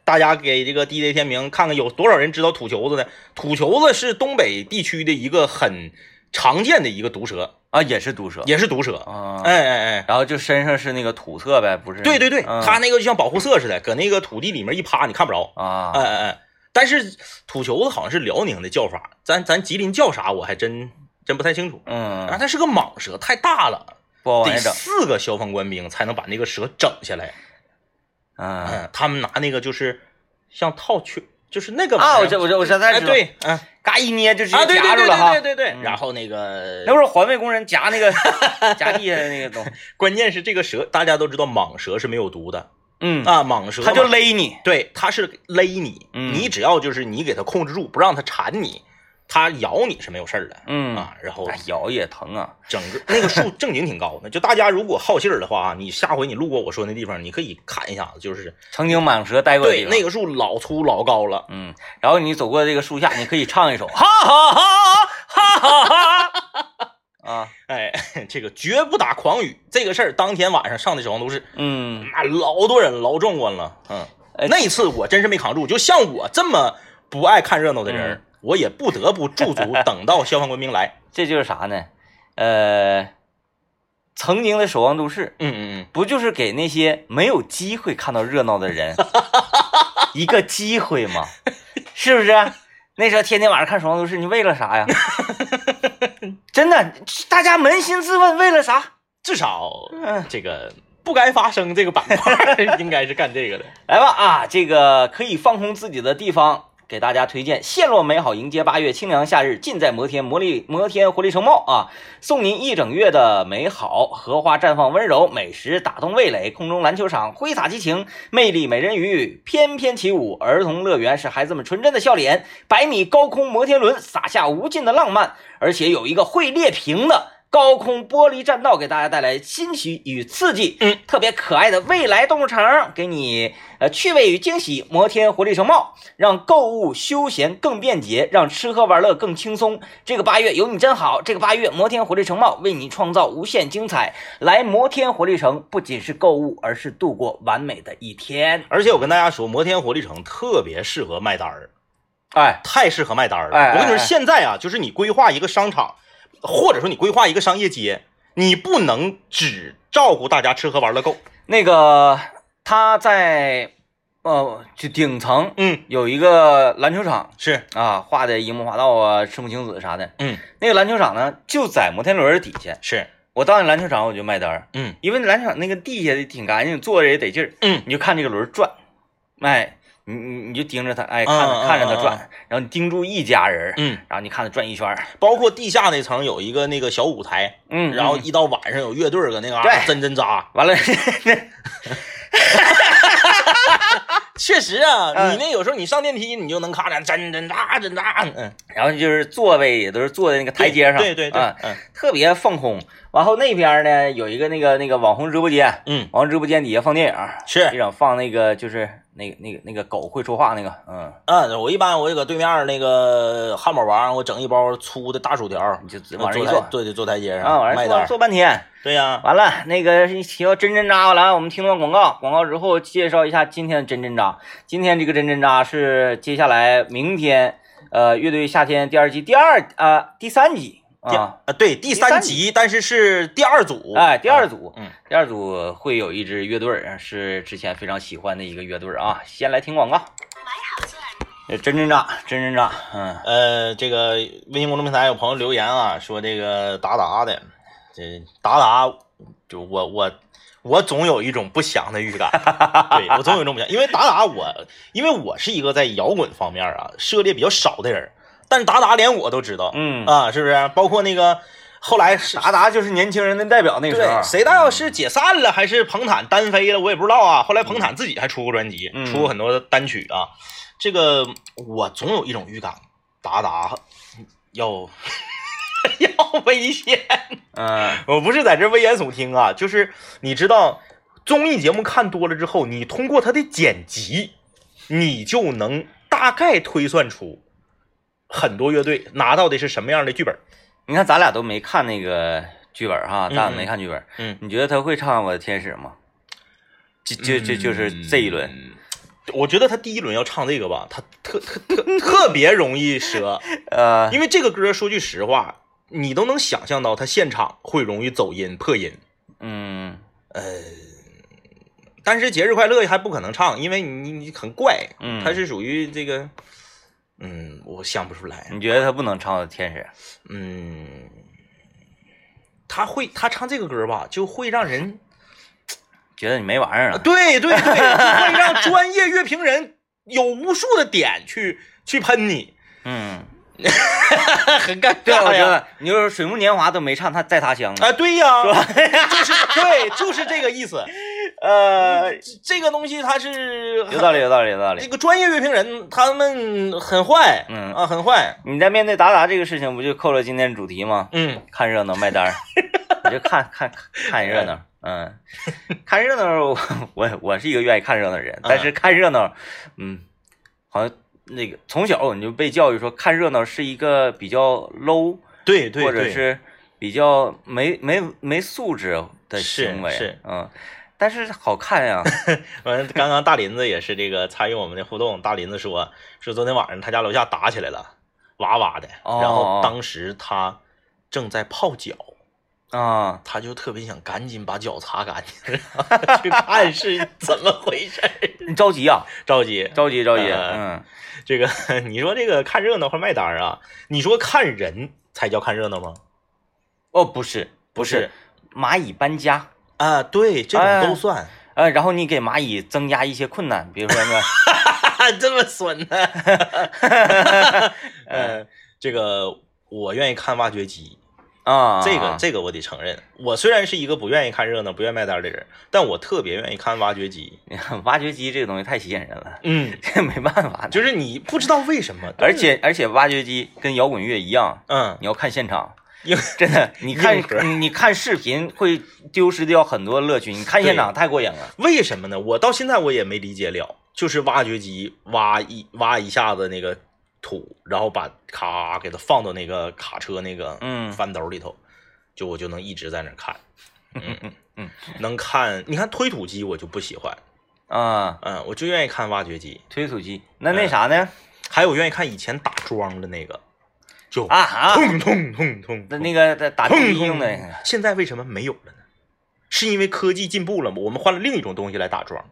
Speaker 2: 大家给这个 DJ 天明看看有多少人知道土球子呢？土球子是东北地区的一个很常见的一个毒蛇，
Speaker 1: 啊，也是毒蛇
Speaker 2: 也是毒蛇。
Speaker 1: 啊，
Speaker 2: 哎哎哎，
Speaker 1: 然后就身上是那个土色呗，不是？
Speaker 2: 对对对，
Speaker 1: 嗯
Speaker 2: 它那个就像保护色似的，搁那个土地里面一趴，你看不着。哎
Speaker 1: 啊，
Speaker 2: 哎哎，但是土球子好像是辽宁的叫法，咱咱吉林叫啥我还真真不太清楚。啊，
Speaker 1: 嗯，
Speaker 2: 它是个蟒蛇，太大了，
Speaker 1: 不好往
Speaker 2: 得
Speaker 1: 下整，
Speaker 2: 四个消防官兵才能把那个蛇整下来。
Speaker 1: 嗯
Speaker 2: 嗯，他们拿那个就是像套圈，就是那个玩意儿
Speaker 1: 啊，我这我这我现在
Speaker 2: 哎
Speaker 1: 知道，
Speaker 2: 对，嗯
Speaker 1: 嘎一捏就直
Speaker 2: 啊
Speaker 1: 接
Speaker 2: 对
Speaker 1: 夹住
Speaker 2: 对对
Speaker 1: 了哈
Speaker 2: 对对。对对，
Speaker 1: 嗯
Speaker 2: 然后那个
Speaker 1: 那不是环卫工人夹那个 夹地下的那个东西，
Speaker 2: 关键是这个蛇，大家都知道蟒蛇是没有毒的
Speaker 1: 嗯，
Speaker 2: 啊，蟒蛇
Speaker 1: 他就
Speaker 2: 嘛
Speaker 1: 勒你，
Speaker 2: 对，它是勒你，
Speaker 1: 嗯
Speaker 2: 你只要就是你给它控制住，不让它缠你，它咬你是没有事儿的。
Speaker 1: 嗯，
Speaker 2: 啊，然后
Speaker 1: 哎咬也疼啊，
Speaker 2: 整个那个树正经挺高的，就大家如果好信儿的话啊，你下回你路过我说那地方，你可以看一下子，就是
Speaker 1: 曾经蟒蛇待过的地
Speaker 2: 对
Speaker 1: 方。
Speaker 2: 那个树老粗老高了，
Speaker 1: 嗯，然后你走过这个树下，你可以唱一首，哈哈哈哈哈哈哈啊，
Speaker 2: 哎， 这个绝不打诳语这个事儿，当天晚上上的小黄都市，
Speaker 1: 嗯，
Speaker 2: 那老多人老壮观了，嗯，
Speaker 1: 哎
Speaker 2: 那一次我真是没扛住，就像我这么不爱看热闹的人，
Speaker 1: 嗯
Speaker 2: 我也不得不驻足等到消防官兵来，
Speaker 1: 这就是啥呢？呃，曾经的守望都市，
Speaker 2: 嗯嗯
Speaker 1: 不就是给那些没有机会看到热闹的 人一个机会吗？是不是？那时候天天晚上看守望都市，你为了 啥呀？真的，大家扪心自问，为了啥？
Speaker 2: 嗯，至少
Speaker 1: 嗯
Speaker 2: 这个不该发生这个板块 应该是干这个的，
Speaker 1: 来吧啊，这个可以放空自己的地方，给大家推荐陷落美好，迎接八月清凉夏日，尽在摩天魔力摩天活力城貌啊，送您一整月的美好，荷花绽放温柔，美食打动味蕾，空中篮球场挥洒激情，魅力美人鱼翩翩起舞，儿童乐园是孩子们纯真的笑脸，百米高空摩天轮洒下无尽的浪漫，而且有一个会裂屏的。高空玻璃栈道给大家带来新奇与刺激，
Speaker 2: 嗯，
Speaker 1: 特别可爱的未来动物城给你呃趣味与惊喜，摩天活力城貌让购物休闲更便捷，让吃喝玩乐更轻松。这个八月有你真好，这个八月摩天活力城貌为你创造无限精彩。来摩天活力城不仅是购物，而是度过完美的一天。
Speaker 2: 而且我跟大家说，摩天活力城特别适合卖单儿。
Speaker 1: 哎，
Speaker 2: 太适合卖单儿了。
Speaker 1: 哎哎
Speaker 2: 我跟你
Speaker 1: 哎
Speaker 2: 说，现在啊，就是你规划一个商场，或者说你规划一个商业街，你不能只照顾大家吃喝玩乐购。
Speaker 1: 那个他在呃就顶层
Speaker 2: 嗯，
Speaker 1: 有一个篮球场
Speaker 2: 是，
Speaker 1: 啊，画的樱木花道啊、赤木晴子啥的。
Speaker 2: 嗯，
Speaker 1: 那个篮球场呢，就在摩天轮儿底下。
Speaker 2: 是，
Speaker 1: 我到那篮球场我就卖单儿，
Speaker 2: 嗯
Speaker 1: 因为篮球场那个地下的挺干净，坐着也得劲儿。
Speaker 2: 嗯，
Speaker 1: 你就看这个轮儿转，哎，你你你就盯着它，哎，
Speaker 2: 嗯
Speaker 1: 看着看着它
Speaker 2: 嗯
Speaker 1: 转，然后你盯住一家人儿，
Speaker 2: 嗯，
Speaker 1: 然后你看它转一圈儿，
Speaker 2: 包括地下那层有一个那个小舞台，
Speaker 1: 嗯
Speaker 2: 然后
Speaker 1: 嗯
Speaker 2: 一到晚上有乐队儿搁那嘎、
Speaker 1: 对
Speaker 2: 真真扎。
Speaker 1: 完了，
Speaker 2: 确实啊，
Speaker 1: 嗯
Speaker 2: 你那有时候你上电梯，你就能看见真真扎真扎，嗯，
Speaker 1: 然后就是座位也都是坐在那个台阶上，
Speaker 2: 对对对，
Speaker 1: 啊，
Speaker 2: 嗯
Speaker 1: 特别放空。完后那边儿呢有一个那个那个网红直播间，
Speaker 2: 嗯
Speaker 1: 网红直播间底下放电影儿，
Speaker 2: 是，
Speaker 1: 一整放那个就是那个那个那个狗会说话那个，嗯，
Speaker 2: 嗯，我一般我就搁对面儿那个汉堡王，我整一包粗的大薯条儿，
Speaker 1: 你就往
Speaker 2: 往
Speaker 1: 上
Speaker 2: 上
Speaker 1: 一坐，
Speaker 2: 对对，坐台阶上，
Speaker 1: 啊，往上
Speaker 2: 卖单
Speaker 1: 坐
Speaker 2: 儿，
Speaker 1: 坐半天。
Speaker 2: 对呀、
Speaker 1: 完了，那个提到真真扎，完了我们听段广告，广告之后介绍一下今天的真真扎。今天这个真真扎是接下来明天，呃，乐队夏天第二季第二啊、第三集
Speaker 2: 第
Speaker 1: 啊，
Speaker 2: 啊，对，第
Speaker 1: 三
Speaker 2: 三集，但是是第二组，
Speaker 1: 哎，第二组，
Speaker 2: 嗯，
Speaker 1: 第二组会有一支乐队儿，是之前非常喜欢的一个乐队儿啊。先来听广告。呃真真扎，真真扎，嗯，
Speaker 2: 呃，这个微信公众平台有朋友留言啊，说这个达达的，这达达，就我我我总有一种不祥 的预感，对我总有一种不祥，因为达达我，因为我是一个在摇滚方面啊涉猎比较少的人，但是达达连我都知道，
Speaker 1: 嗯
Speaker 2: 啊，是不是？包括那个后来是
Speaker 1: 达达就是年轻人的代表，那个时候
Speaker 2: 对，，谁道是解散了还是彭坦单飞了，我也不知道啊。后来彭坦自己还出过专辑，
Speaker 1: 嗯
Speaker 2: 出过很多单曲啊。这个我总有一种预感，达达要 要危险。
Speaker 1: 嗯
Speaker 2: 我不是在这危言耸听啊，就是你知道综艺节目看多了之后，你通过它的剪辑，你就能大概推算出很多乐队拿到的是什么样的剧本。
Speaker 1: 你看咱俩都没看那个剧本哈，咱俩
Speaker 2: 嗯嗯
Speaker 1: 没看剧本。
Speaker 2: 嗯，
Speaker 1: 你觉得他会唱《我的天使》吗？就就就就是这一轮，
Speaker 2: 嗯我觉得他第一轮要唱这个吧，他特特特特别容易折，
Speaker 1: 呃，
Speaker 2: 因为这个歌说句实话，你都能想象到他现场会容易走音破音。
Speaker 1: 嗯，
Speaker 2: 呃，但是节日快乐还不可能唱，因为你你很怪，
Speaker 1: 嗯
Speaker 2: 它是属于这个，嗯，我想不出来，
Speaker 1: 你觉得他不能唱《我的天使》？
Speaker 2: 嗯，他会他唱这个歌吧，就会让人，
Speaker 1: 觉得你没玩意儿 啊？
Speaker 2: 对对对，就会让专业乐评人有无数的点去去喷你，
Speaker 1: 嗯，
Speaker 2: 很尴
Speaker 1: 对啊，我觉
Speaker 2: 尬哎呀。
Speaker 1: 得你就是《水木年华》都没唱，他在他乡呢。
Speaker 2: 啊，对呀，就是对，就是这个意思。
Speaker 1: 呃，
Speaker 2: 这这个东西它是
Speaker 1: 有道理，有道理，有道
Speaker 2: 这
Speaker 1: 理。
Speaker 2: 个专业乐评人他们很坏，
Speaker 1: 嗯
Speaker 2: 啊，很坏，
Speaker 1: 你在面对达达这个事情，不就扣了今天主题吗？
Speaker 2: 嗯
Speaker 1: 看热闹卖单儿，我就看看看热闹，嗯，看热闹， 我我我是一个愿意看热闹的人，但是看热闹，嗯，好像那个从小你就被教育说看热闹是一个比较 low，，
Speaker 2: 对对
Speaker 1: 或者
Speaker 2: 对，
Speaker 1: 是比较没没没素质的
Speaker 2: 是
Speaker 1: 行为，
Speaker 2: 是
Speaker 1: 嗯，但是好看呀，
Speaker 2: 完了，刚刚大林子也是这个参与我们的互动，大林子说说昨天晚上他家楼下打起来了，哇哇的，
Speaker 1: 哦
Speaker 2: 然后当时他正在泡脚，
Speaker 1: 啊，
Speaker 2: 他就特别想赶紧把脚擦干 净，然后去看是怎么回事儿，
Speaker 1: 你着急啊，
Speaker 2: 着急。
Speaker 1: 着急着急，
Speaker 2: 呃
Speaker 1: 嗯，
Speaker 2: 这个 你说这个看热闹或卖单儿啊，你说看人才叫看热闹吗？
Speaker 1: 哦，不是不
Speaker 2: 是
Speaker 1: 是，蚂蚁搬家。
Speaker 2: 啊，对，这种
Speaker 1: 哎
Speaker 2: 都算。
Speaker 1: 呃，然后你给蚂蚁增加一些困难，比如说那
Speaker 2: 这么损呢？ 嗯，这个我愿意看挖掘机，
Speaker 1: 啊，
Speaker 2: 这
Speaker 1: 啊
Speaker 2: 个这个我得承认，我虽然是一个不愿意看热闹、不愿意卖单的人，但我特别愿意看挖掘机。
Speaker 1: 你看挖掘机这个 东西太吸引人了，
Speaker 2: 嗯，
Speaker 1: 这没办法的。
Speaker 2: 就是你不知道为什么，
Speaker 1: 而且而且挖掘机跟摇滚乐一样，
Speaker 2: 嗯，
Speaker 1: 你要看现场，
Speaker 2: 因为
Speaker 1: 真的，你看
Speaker 2: 硬核
Speaker 1: 你你看视频会丢失掉很多乐趣，你看现
Speaker 2: 对
Speaker 1: 场太过瘾了。
Speaker 2: 为什么呢？我到现在我也没理解了，就是挖掘机挖一挖一下子那个土，然后把咔给它放到那个卡车那个
Speaker 1: 嗯
Speaker 2: 翻斗里头，就我就能一直在那 儿看。嗯
Speaker 1: 嗯，
Speaker 2: 能看，你看推土机我就不喜欢，
Speaker 1: 啊，
Speaker 2: 嗯，我就愿意看挖掘机，
Speaker 1: 推土机，那
Speaker 2: 嗯
Speaker 1: 那啥呢？
Speaker 2: 还有愿意看以前打桩的那个，就
Speaker 1: 啊啊，
Speaker 2: 痛痛痛痛，
Speaker 1: 那那个在打地
Speaker 2: 砰
Speaker 1: 用的那
Speaker 2: 砰
Speaker 1: 个，
Speaker 2: 现在为什么没有了呢？是因为科技进步了吗？我们换了另一种东西来打桩，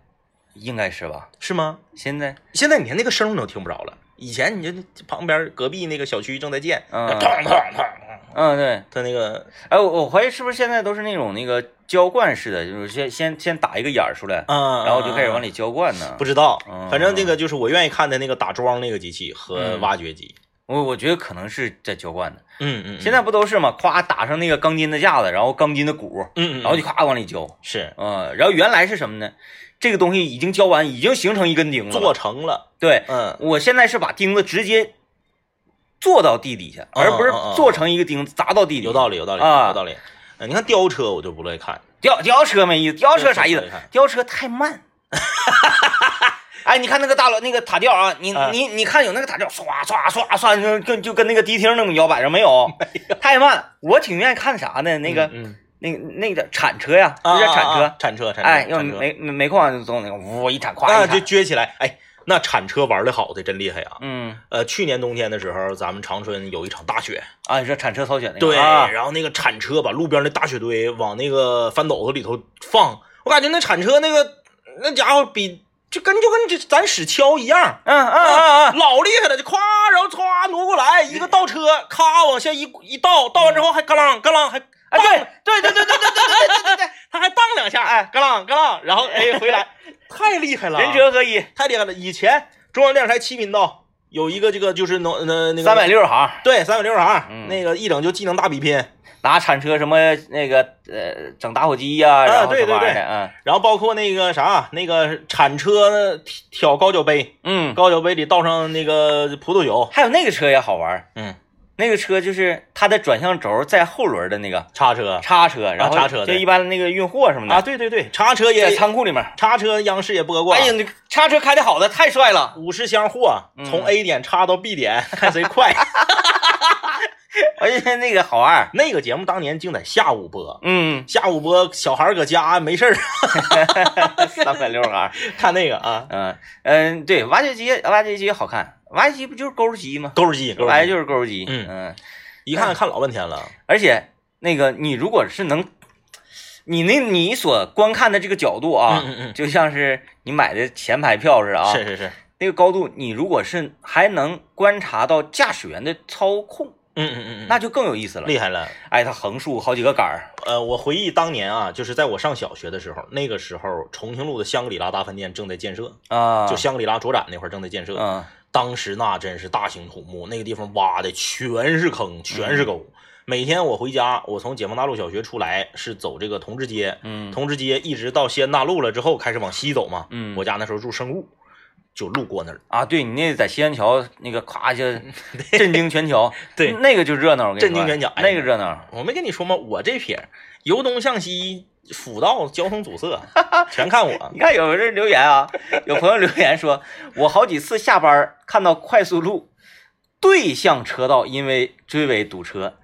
Speaker 1: 应该是吧？
Speaker 2: 是吗？
Speaker 1: 现在
Speaker 2: 现在你连那个声儿都听不着了。以前你就旁边隔壁那个小区正在建，
Speaker 1: 嗯
Speaker 2: 砰砰砰砰，
Speaker 1: 嗯对，
Speaker 2: 他那个
Speaker 1: 哎我我怀疑是不是现在都是那种那个浇灌式的，就是先先先打一个眼儿出来，
Speaker 2: 嗯，
Speaker 1: 然后就开始往
Speaker 2: 里
Speaker 1: 里浇灌呢。
Speaker 2: 不知道
Speaker 1: 嗯，
Speaker 2: 反正这个就是我愿意看的那个打桩那个机器和挖掘机。
Speaker 1: 我我觉得可能是在浇灌的。
Speaker 2: 嗯嗯，
Speaker 1: 现在不都是嘛，夸打上那个钢筋的架子，然后钢筋的骨，
Speaker 2: 嗯嗯，
Speaker 1: 然后就夸往里浇，
Speaker 2: 是
Speaker 1: 嗯，然后原来是什么呢？这个东西已经浇完，已经形成一根钉子
Speaker 2: 做
Speaker 1: 了。
Speaker 2: 成了，
Speaker 1: 对，
Speaker 2: 嗯
Speaker 1: 我现在是把钉子直接做到地底下，
Speaker 2: 嗯
Speaker 1: 而不是
Speaker 2: 嗯嗯嗯
Speaker 1: 做成一个钉子砸到地底下。
Speaker 2: 有道理，有道理，
Speaker 1: 啊
Speaker 2: 有道理。呃你看吊车，我就不乐意看。
Speaker 1: 吊吊车没意思，吊车啥意
Speaker 2: 吊车
Speaker 1: 思
Speaker 2: 不好看？
Speaker 1: 吊车太慢。 哎，你看那个大楼那个塔吊啊，你、
Speaker 2: 嗯
Speaker 1: 你你看有那个塔吊唰唰唰唰，就跟就跟那个迪厅那么摇摆着没 有？太慢。我挺愿意看啥呢？那个、
Speaker 2: 嗯，
Speaker 1: 那个那个铲车呀，
Speaker 2: 啊
Speaker 1: 就叫铲
Speaker 2: 啊
Speaker 1: 车。
Speaker 2: 啊铲车，铲车，
Speaker 1: 哎，要
Speaker 2: 铲车
Speaker 1: 没没没空啊就总那个呜一铲，夸
Speaker 2: 啊，
Speaker 1: 一
Speaker 2: 就
Speaker 1: 铲。
Speaker 2: 撅起来。哎，那铲车玩的好的真厉害啊。
Speaker 1: 嗯，
Speaker 2: 呃，去年冬天的时候，咱们长春有一场大雪，
Speaker 1: 啊，你说铲车操雪那个？
Speaker 2: 对，
Speaker 1: 啊、
Speaker 2: 然后那个铲车把路边的大雪堆往那个翻斗子里头放，我感觉那铲车那个那家伙比就跟就跟这咱使锹一样，啊
Speaker 1: 嗯嗯嗯嗯，
Speaker 2: 老厉害了，就咵，然后唰挪过来，一个倒车，咔往下一一倒，倒完之后还嘎啷嘎啷还，
Speaker 1: 哎
Speaker 2: 哎
Speaker 1: 对对对对对对对对对对
Speaker 2: 对，他还荡两下，哎嘎啷嘎啷，然后哎 回来，太厉害了，
Speaker 1: 对，人车合一，
Speaker 2: 太厉害了。以前中央电视台七频道有一个这个就是能那那个
Speaker 1: 三百六十行，
Speaker 2: 对三百六十行，
Speaker 1: 嗯
Speaker 2: 那个一整就技能大比拼，
Speaker 1: 拿铲车什么那个呃整打火机呀、然后
Speaker 2: 啊对
Speaker 1: 什么
Speaker 2: 对
Speaker 1: 玩意
Speaker 2: 对
Speaker 1: 儿的，嗯
Speaker 2: 然后包括那个啥那个铲车挑挑高脚杯，
Speaker 1: 嗯嗯，
Speaker 2: 高脚杯里倒上那个葡萄酒，
Speaker 1: 还有那个车也好玩儿，
Speaker 2: 嗯，
Speaker 1: 那个车就是它的转向轴在后轮的那个
Speaker 2: 叉车
Speaker 1: 叉车，然后
Speaker 2: 啊叉车
Speaker 1: 就
Speaker 2: 对
Speaker 1: 一般那个运货什么的
Speaker 2: 啊，，对对对，叉车
Speaker 1: 在
Speaker 2: 也
Speaker 1: 仓库里面。
Speaker 2: 叉车央视也播过。
Speaker 1: 哎呀，那个叉车开的好的太帅了，
Speaker 2: 五十箱货从 A 点插到 B 点，看谁快。
Speaker 1: 而且哎那个好二，
Speaker 2: 那个节目当年竟在下午播，，
Speaker 1: 嗯
Speaker 2: 下午播小孩儿搁家没事儿
Speaker 1: 三百六十二，
Speaker 2: 看那个啊，
Speaker 1: 嗯嗯，对，挖掘机挖掘机好看，挖掘机不就是钩机吗？
Speaker 2: 钩儿机，钩
Speaker 1: 哎，
Speaker 2: 儿机，
Speaker 1: 就是钩机，
Speaker 2: 嗯
Speaker 1: 嗯，
Speaker 2: 一看看老半天了。啊
Speaker 1: 而且那个你如果是能，你那你所观看的这个角度啊，
Speaker 2: 嗯嗯嗯
Speaker 1: 就像是你买的前排票似的啊，
Speaker 2: 是是是，
Speaker 1: 那个高度，你如果是还能观察到驾驶员的操控，
Speaker 2: 嗯嗯嗯嗯，
Speaker 1: 那就更有意思了。
Speaker 2: 厉害了。
Speaker 1: 哎，它横竖好几个杆儿，
Speaker 2: 呃，我回忆当年啊，就是在我上小学的时候，那个时候重庆路的香格里拉大饭店正在建设，
Speaker 1: 啊，
Speaker 2: 就香格里拉卓展那块儿正在建设。
Speaker 1: 嗯
Speaker 2: 当时那真是大兴土木，那个地方挖的全是坑，全
Speaker 1: 嗯
Speaker 2: 是沟。每天我回家，我从解放大路小学出来是走这个同志街，
Speaker 1: 嗯
Speaker 2: 同志街一直到西安大路了之后开始往西走嘛。
Speaker 1: 嗯
Speaker 2: 我家那时候住生物，就路过那儿，
Speaker 1: 啊，对你那在西安桥那个咔 就震惊全桥，
Speaker 2: 对
Speaker 1: 那个就热闹，我跟你说
Speaker 2: 震惊全桥哎
Speaker 1: 那个热闹，
Speaker 2: 我没跟你说吗？我这撇儿由东向西，辅道交通阻 塞，全看我
Speaker 1: 你。看有人留言啊，有朋友留言说，我好几次下班儿看到快速路对向车道因为追尾堵车，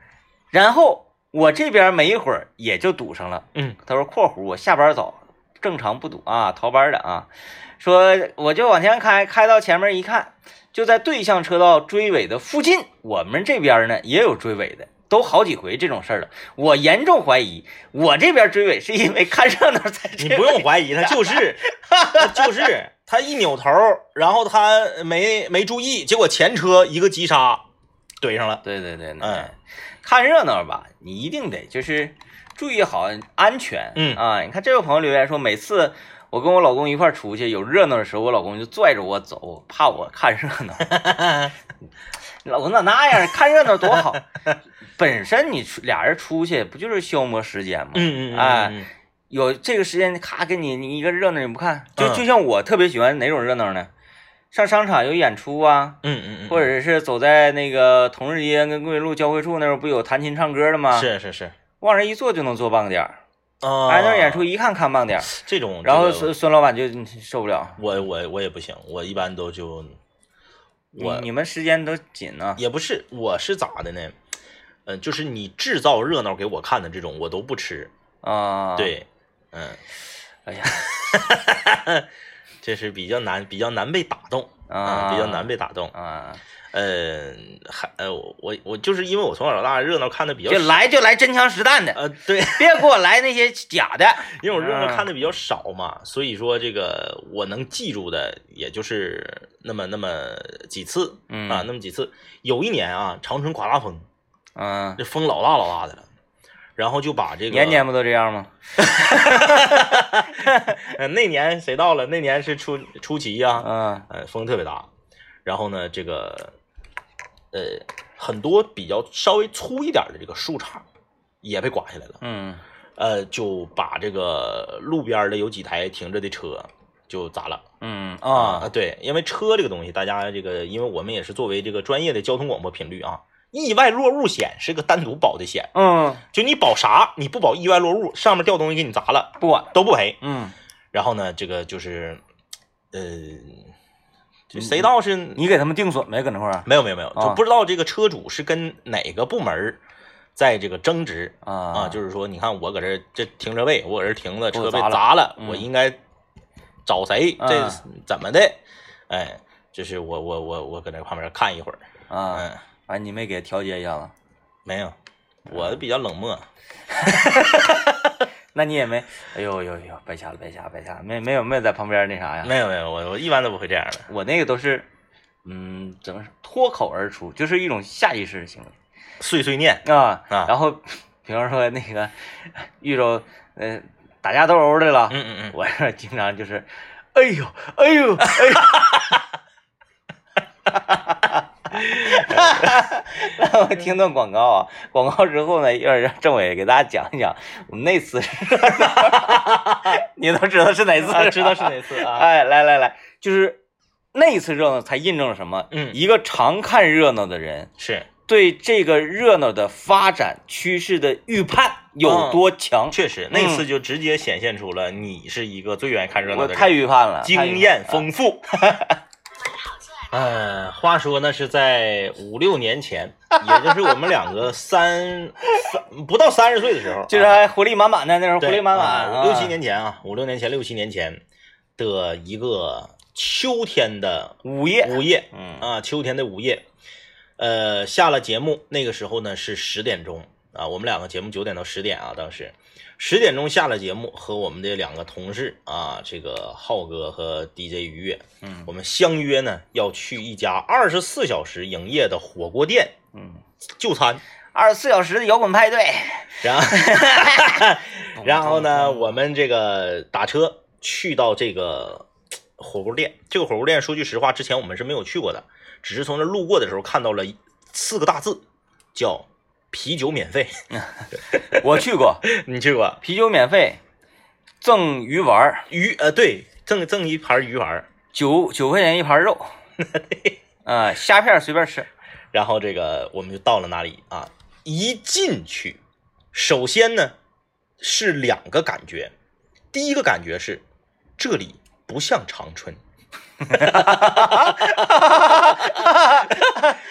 Speaker 1: 然后我这边没一会儿也就堵上了。
Speaker 2: 嗯，
Speaker 1: 他说（括弧）我下班早，正常不堵啊，逃班的啊。说我就往前开，开到前面一看，就在对向车道追尾的附近，我们这边呢也有追尾的，都好几回这种事儿了。我严重怀疑，我这边追尾是因为看热闹才追
Speaker 2: 你
Speaker 1: 尾
Speaker 2: 不用怀疑，他就是， 他就是他一扭头，然后他没没注意，结果前车一个急刹怼上了。
Speaker 1: 对对对，对
Speaker 2: 嗯，
Speaker 1: 看热闹吧，你一定得就是注意好安全。
Speaker 2: 嗯
Speaker 1: 啊，你看这位朋友留言说，每次我跟我老公一块儿出去有热闹的时候，我老公就拽着我走，怕我看热 闹。你老公咋那样？看热闹多 好。本身你出俩人出去不就是消磨时间吗？
Speaker 2: 嗯嗯，
Speaker 1: 哎
Speaker 2: 嗯，
Speaker 1: 有这个时间，咔给你你一个热闹你不看，就
Speaker 2: 嗯
Speaker 1: 就像我特别喜欢哪种热闹呢？上商场有演出啊，
Speaker 2: 嗯嗯嗯，
Speaker 1: 或者是走在那个同志街跟桂路交汇处那儿，不有弹琴唱歌的吗？，
Speaker 2: 嗯是是是，
Speaker 1: 往那儿一坐就能坐半个点儿，
Speaker 2: 啊，
Speaker 1: 挨那儿演出一看看半个点儿，
Speaker 2: 这种，
Speaker 1: 然后
Speaker 2: 这个
Speaker 1: 孙孙老板就嗯受不了。
Speaker 2: 我我我也不行，我一般都就我
Speaker 1: 你你们时间都紧呢、
Speaker 2: 也不是，我是咋的呢？嗯，就是你制造热闹给我看的这种，我都不吃。
Speaker 1: 啊。
Speaker 2: 对，嗯，
Speaker 1: 哎呀，
Speaker 2: 这是比较难，比较难被打动
Speaker 1: 啊，
Speaker 2: 比较难被打动。
Speaker 1: 啊，
Speaker 2: 呃，还呃，我我我就是因为我从小到大热闹看的比较
Speaker 1: 就
Speaker 2: 少，
Speaker 1: 来就来真枪实弹的，
Speaker 2: 呃，对，
Speaker 1: 别给我来那些假 的。
Speaker 2: 因为我热闹
Speaker 1: 嗯
Speaker 2: 看的比较少嘛，所以说这个我能记住的也就是那么那么几次
Speaker 1: 嗯
Speaker 2: 啊，那么几次。有一年啊，长春刮大风，
Speaker 1: 嗯，
Speaker 2: 这风老大老大的了，然后就把这个
Speaker 1: 年年不都这样吗？
Speaker 2: 呃那年谁到了？那年是初初七呀、
Speaker 1: 嗯
Speaker 2: 呃，风特别大。然后呢，这个呃，很多比较稍微粗一点的这个树杈也被刮下来了。
Speaker 1: 嗯
Speaker 2: 呃，就把这个路边的有几台停着的车就砸了
Speaker 1: 嗯啊，
Speaker 2: 对，因为车这个东西，大家这个，因为我们也是作为这个专业的交通广播频率啊，意外落入险是个单独保的险，
Speaker 1: 嗯，
Speaker 2: 就你保啥，你不保意外落入，上面掉东西给你砸了
Speaker 1: 不管了，
Speaker 2: 都不赔。
Speaker 1: 嗯，
Speaker 2: 然后呢，这个就是，呃，就谁道是
Speaker 1: 你给他们定损没？搁那块儿啊
Speaker 2: 没有没有没有，
Speaker 1: 嗯啊
Speaker 2: 就不知道这个车主是跟哪个部门儿在这个争执
Speaker 1: 啊
Speaker 2: 啊，就是说，你看我搁这儿这停车位，我搁这儿停了，
Speaker 1: 给我
Speaker 2: 车被
Speaker 1: 砸了
Speaker 2: 砸了，
Speaker 1: 嗯
Speaker 2: 我应该找谁？
Speaker 1: 嗯
Speaker 2: 这怎么的？哎，就是我我我我搁那旁边看一会儿，
Speaker 1: 啊，
Speaker 2: 嗯，
Speaker 1: 完你没给调节一下子？
Speaker 2: 没有，我比较冷漠，
Speaker 1: 那你也没，哎呦呦呦，白瞎了，白瞎了，白瞎了，没没有没有在旁边那啥呀？
Speaker 2: 没有没有，我我一般都不会这样的。
Speaker 1: 我那个都是，嗯，怎么说脱口而出，就是一种下意识的行为
Speaker 2: 碎碎念，
Speaker 1: 啊。
Speaker 2: 啊
Speaker 1: 然后，比方说那个 遇着呃打架斗殴的了，
Speaker 2: 嗯嗯嗯，
Speaker 1: 我这经常就是，哎呦哎呦哎呦，让我听段广告啊！广告之后呢，一会儿让政委给大家讲一讲我们那次是， 你都知道是哪次、
Speaker 2: 啊，知道是哪次啊？
Speaker 1: 哎，来来来，就是那一次热闹才印证了什么？
Speaker 2: 嗯
Speaker 1: 一个常看热闹的人，
Speaker 2: 是
Speaker 1: 对这个热闹的发展趋势的预判有多强。
Speaker 2: 嗯确实，那次就直接显现出了你是一个最愿意看热闹
Speaker 1: 我
Speaker 2: 的
Speaker 1: 太
Speaker 2: 人，
Speaker 1: 预判了，太
Speaker 2: 经
Speaker 1: 预
Speaker 2: 验
Speaker 1: 判了
Speaker 2: 丰 富。嗯，话说那是在五六年前，也就是我们两个三三不到三十岁的时候，
Speaker 1: 就是
Speaker 2: 啊
Speaker 1: 还活力满满的那时候，活
Speaker 2: 对
Speaker 1: 力满满，
Speaker 2: 啊，五六七年前啊，五六年前，六七年前的一个秋天的
Speaker 1: 午夜，
Speaker 2: 午夜
Speaker 1: 嗯
Speaker 2: 啊，秋天的午夜，呃，下了节目，那个时候呢是十点钟啊，我们两个节目九点到十点啊，当时十点钟下了节目，和我们的两个同事啊，这个浩哥和 DJ 愉悦，
Speaker 1: 嗯
Speaker 2: 我们相约呢要去一家二十四小时营业的火锅店
Speaker 1: 嗯，
Speaker 2: 就餐，
Speaker 1: 二十四小时的摇滚派对，
Speaker 2: 然 后然后呢，我们这个打车去到这个呃火锅店。这个火锅店，说句实话，之前我们是没有去过的，只是从这路过的时候看到了一四个大字，叫“啤酒免费。
Speaker 1: 我去过，”
Speaker 2: 你去过？
Speaker 1: 啤酒免费，赠鱼丸儿，
Speaker 2: 鱼呃，对，赠赠一盘鱼丸儿，
Speaker 1: 九九块钱一盘 肉，啊，虾片儿随便吃，
Speaker 2: 然后这个我们就到了那里啊。一进去，首先呢是两个感觉，第一个感觉是这里不像长春。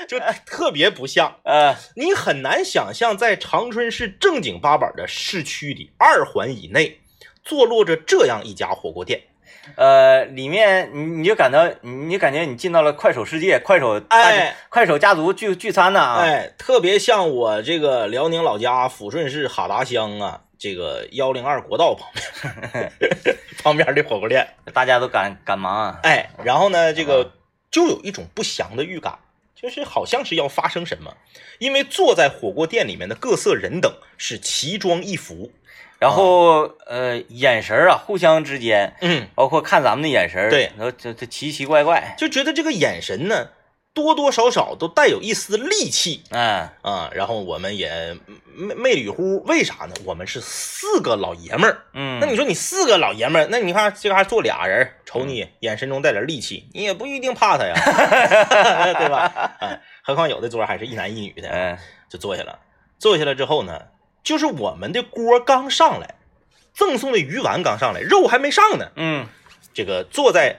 Speaker 2: 就特别不像，
Speaker 1: 呃，
Speaker 2: 你很难想象在长春市正经八百的市区里，二环以内坐落着这样一家火锅店。
Speaker 1: 呃，里面你你就感到你你感觉你进到了快手世界，快手大
Speaker 2: 哎
Speaker 1: 快手家族聚聚餐呐啊，
Speaker 2: 哎，特别像我这个辽宁老家抚顺市哈达乡啊，这个幺零二国道旁边 旁边的火锅店。
Speaker 1: 大家都赶赶忙啊，
Speaker 2: 哎，然后呢，这个就有一种不祥的预感，就是好像是要发生什么，因为坐在火锅店里面的各色人等是奇装异服。
Speaker 1: 然后呃，眼神儿啊，互相之间，
Speaker 2: 嗯，
Speaker 1: 包括看咱们的眼神儿，
Speaker 2: 对
Speaker 1: 然后这这奇奇怪怪，
Speaker 2: 就觉得这个眼神呢，多多少少都带有一丝戾气
Speaker 1: 嗯，
Speaker 2: 啊。然后我们也没没理乎，为啥呢？我们是四个老爷们儿。
Speaker 1: 嗯，嗯
Speaker 2: 那你说你四个老爷们儿，那你看这嘎坐俩人，瞅你眼神中带点戾气，你也不一定 怕他呀，对吧？啊，何况有的桌还是一男一女的，
Speaker 1: 嗯
Speaker 2: 就坐下了。坐下了之后呢，就是我们的锅刚上来，赠送的鱼丸刚上来，肉还没上呢。
Speaker 1: 嗯
Speaker 2: 这个坐在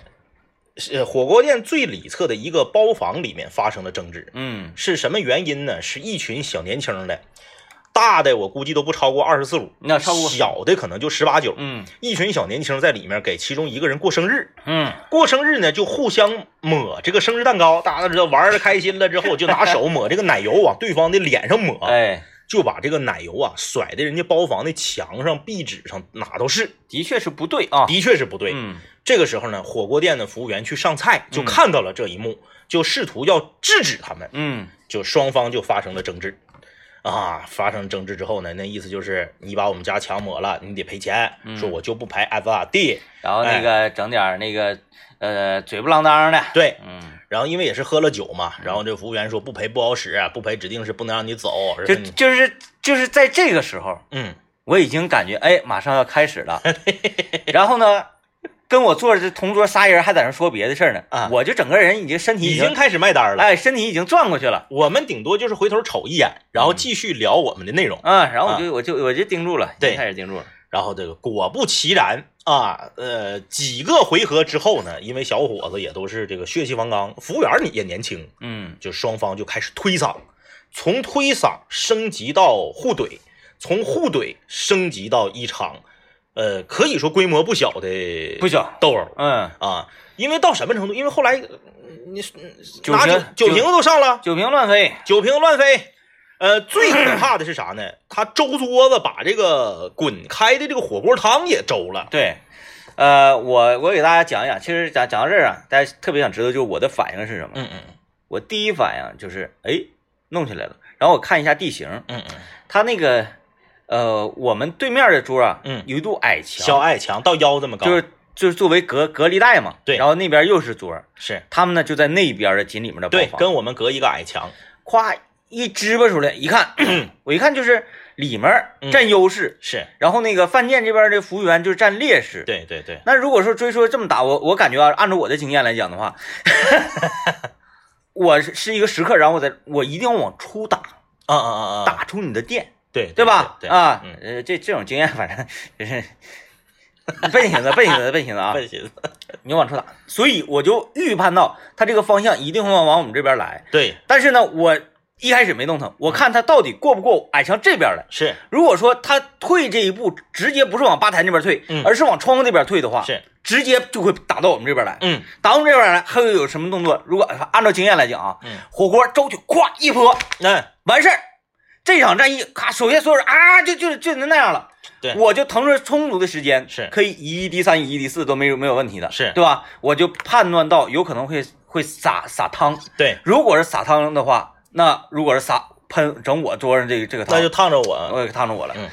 Speaker 2: 呃火锅店最里侧的一个包房里面发生了争执，
Speaker 1: 嗯
Speaker 2: 是什么原因呢？是一群小年轻的，大的我估计都不超过二十四五，
Speaker 1: 那超过
Speaker 2: 小的可能就十八九，
Speaker 1: 嗯
Speaker 2: 一群小年轻在里面给其中一个人过生日，
Speaker 1: 嗯，
Speaker 2: 过生日呢就互相抹这个生日蛋糕，大家都知道玩的开心了之后就拿手抹这个奶油往对方的脸上抹，
Speaker 1: 哎，
Speaker 2: 就把这个奶油啊甩的人家包房的墙上、壁纸上哪都是，
Speaker 1: 的确是不对啊，
Speaker 2: 的确是不对。
Speaker 1: 嗯
Speaker 2: 这个时候呢，火锅店的服务员去上菜，就
Speaker 1: 嗯
Speaker 2: 看到了这一幕，就试图要制止他们，
Speaker 1: 嗯
Speaker 2: 就双方就发生了争执。啊，发生争执之后呢，那意思就是你把我们家墙抹了，你得赔钱。
Speaker 1: 嗯
Speaker 2: 说我就不赔，爱咋咋地。
Speaker 1: 然后那个整点儿那个呃嘴不啷当的，
Speaker 2: 对，
Speaker 1: 嗯，
Speaker 2: 然后因为也是喝了酒嘛，然后这服务员说不赔不好使，啊不赔指定是不能让你走。
Speaker 1: 就
Speaker 2: 嗯
Speaker 1: 就是就是在这个时候，
Speaker 2: 嗯，
Speaker 1: 我已经感觉哎马上要开始 了，然后呢。跟我坐着这同桌仨人还在那说别的事儿呢，
Speaker 2: 啊
Speaker 1: 我就整个人已经身体
Speaker 2: 已
Speaker 1: 经
Speaker 2: 经开始卖单了。
Speaker 1: 哎身体已经转过去了，
Speaker 2: 我们顶多就是回头瞅一眼，然后继续聊我们的内容。
Speaker 1: 啊，然后我就我就我就盯住了，
Speaker 2: 对
Speaker 1: 一开始盯住了，
Speaker 2: 然后这个果不其然啊，呃，几个回合之后呢，因为小伙子也都是这个血气方刚，服务员儿也年轻，
Speaker 1: 嗯
Speaker 2: 就双方就开始推搡，从推搡升级到互怼，从互怼升级到一场，呃，可以说规模不小的
Speaker 1: 不小
Speaker 2: 斗殴
Speaker 1: 嗯，
Speaker 2: 啊，因为到什么程度？因为后来呃你
Speaker 1: 酒
Speaker 2: 拿
Speaker 1: 瓶
Speaker 2: 酒
Speaker 1: 酒
Speaker 2: 瓶子都上了，
Speaker 1: 酒瓶乱飞，
Speaker 2: 酒瓶乱飞。呃，最可怕的是啥呢？ 他周桌子把这个滚开的这个火锅汤也周了。
Speaker 1: 对，呃，我我给大家讲一讲，其实讲讲到这儿啊，大家特别想知道就是我的反应是什么。
Speaker 2: 嗯嗯
Speaker 1: 我第一反应就是，哎，弄起来了。然后我看一下地形，
Speaker 2: 嗯嗯，
Speaker 1: 它那个，呃，我们对面的桌啊，
Speaker 2: 嗯
Speaker 1: 有一堵矮墙，
Speaker 2: 小矮墙到腰这么高，
Speaker 1: 就是就是作为隔隔离带嘛。
Speaker 2: 对
Speaker 1: 然后那边又是桌，
Speaker 2: 是
Speaker 1: 他们呢就在那边的紧里面的包
Speaker 2: 对，
Speaker 1: 房，
Speaker 2: 跟我们隔一个矮墙。
Speaker 1: 咵一支吧出来，一看，我一看就是里面
Speaker 2: 嗯
Speaker 1: 占优势，
Speaker 2: 是
Speaker 1: 然后那个饭店这边的服务员就是占劣势。
Speaker 2: 对对对，
Speaker 1: 那如果说追说这么打，我我感觉啊，按照我的经验来讲的话， 我是是一个食客，然后我再我一定要往出打，
Speaker 2: 啊啊啊啊，
Speaker 1: 打出你的店，
Speaker 2: 对
Speaker 1: 对吧？
Speaker 2: 对
Speaker 1: 啊，
Speaker 2: 嗯，
Speaker 1: 呃，这这种经验反正就是 笨寻思，笨寻思，笨寻思啊，
Speaker 2: 笨寻思，
Speaker 1: 你就往出打。所以我就预判到他这个方向一定会往我们这边来，
Speaker 2: 对，
Speaker 1: 但是呢，我一开始没弄他，我看他到底过不过矮墙这边来。
Speaker 2: 是
Speaker 1: 如果说他退这一步，直接不是往吧台那边退，
Speaker 2: 嗯
Speaker 1: 而是往窗户那边退的话，
Speaker 2: 是，
Speaker 1: 直接就会打到我们这边来。
Speaker 2: 嗯
Speaker 1: 打到我们这边来，还会有什么动作？如果按照经验来讲啊，
Speaker 2: 嗯，
Speaker 1: 火锅周去咵一泼，
Speaker 2: 那
Speaker 1: 完事儿。这场战役，咔，首先所有人啊，就就就那样了。
Speaker 2: 对
Speaker 1: 我就腾出充足的时间，
Speaker 2: 是
Speaker 1: 可以以一敌三，以一敌四都没有没有问题的，
Speaker 2: 是
Speaker 1: 对吧？我就判断到有可能会会撒撒汤，
Speaker 2: 对，
Speaker 1: 如果是撒汤的话，那如果是撒喷整我桌上这个这个汤，
Speaker 2: 那就烫着我，
Speaker 1: 我给烫着我了。
Speaker 2: 嗯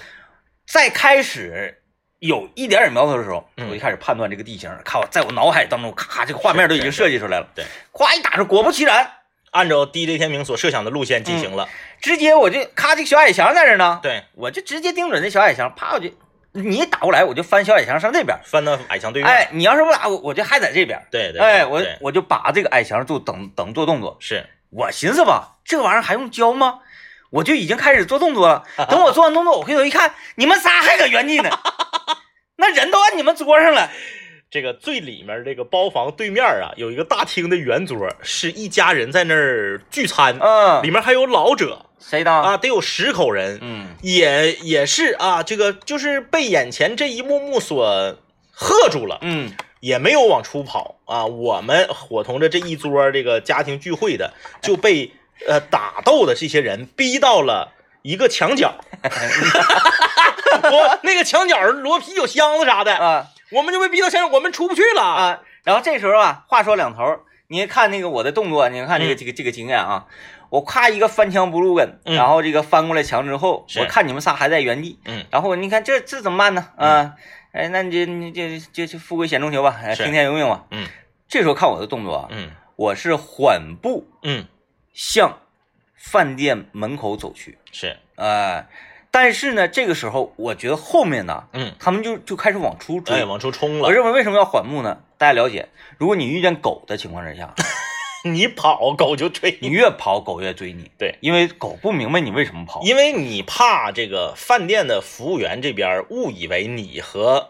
Speaker 1: 在开始有一点点苗头的时候，
Speaker 2: 嗯
Speaker 1: 我就开始判断这个地形，看我在我脑海当中，咔，这个画面都已经设计出来了。
Speaker 2: 是是
Speaker 1: 咵一打出，果不其然，
Speaker 2: 按照 DJ 天明所设想的路线进行了，
Speaker 1: 直接我就咔，这个小矮墙在这儿呢，
Speaker 2: 对，
Speaker 1: 我就直接盯准这小矮墙，啪，我就你一打过来，我就翻小矮墙上那边。
Speaker 2: 翻到矮墙对面，
Speaker 1: 哎，你要是不打我，我就还在这边。
Speaker 2: 对对，
Speaker 1: 哎，
Speaker 2: 对
Speaker 1: 我
Speaker 2: 对
Speaker 1: 我就把这个矮墙就等等做动作，
Speaker 2: 是
Speaker 1: 我寻思吧，这玩意儿还用教吗？我就已经开始做动作 了。等我做完动作，我回头一看，你们仨还搁原地呢，那人都按你们桌上了。
Speaker 2: 这个最里面这个包房对面啊，有一个大厅的圆桌，是一家人在那儿聚餐，
Speaker 1: 嗯，
Speaker 2: 里面还有老者
Speaker 1: 谁当？
Speaker 2: 啊啊，得有十口人，
Speaker 1: 嗯，
Speaker 2: 也也是啊，这个就是被眼前这一幕幕所吓住了，
Speaker 1: 嗯
Speaker 2: 也没有往出跑啊。我们伙同着这一桌这个家庭聚会的，就被呃打斗的这些人逼到了一个 墙角。 我那个墙角罗啤酒箱子啥的，
Speaker 1: 啊
Speaker 2: 我们就被逼到墙角，我们出不去了。
Speaker 1: 啊。然后这时候啊，话说两头儿，你看那个我的动作，你看这个
Speaker 2: 嗯
Speaker 1: 这个这个经验啊，我咔一个翻墙不入梗，
Speaker 2: 嗯
Speaker 1: 然后这个翻过来墙之后，
Speaker 2: 是
Speaker 1: 我看你们仨还在原地，
Speaker 2: 嗯，
Speaker 1: 然后你看这这怎么办呢？啊，哎，那你就你就就就富贵险中求吧，哎
Speaker 2: 是
Speaker 1: 听天由命吧。
Speaker 2: 嗯
Speaker 1: 这时候看我的动作啊，
Speaker 2: 嗯
Speaker 1: 我是缓步
Speaker 2: 嗯，
Speaker 1: 向饭店门口走去。
Speaker 2: 是，
Speaker 1: 呃，但是呢，这个时候我觉得后面呢，
Speaker 2: 嗯，
Speaker 1: 他们就就开始往出追。
Speaker 2: 哎，往出冲
Speaker 1: 我
Speaker 2: 了，
Speaker 1: 认为为什么要缓步呢？大家了解，如果你遇见狗的情况之 下，
Speaker 2: 你跑狗就追
Speaker 1: 你
Speaker 2: 你，
Speaker 1: 越跑狗越追你，
Speaker 2: 对
Speaker 1: 因为狗不明白你为什么跑。
Speaker 2: 因为你怕这个饭店的服务员这边误以为你和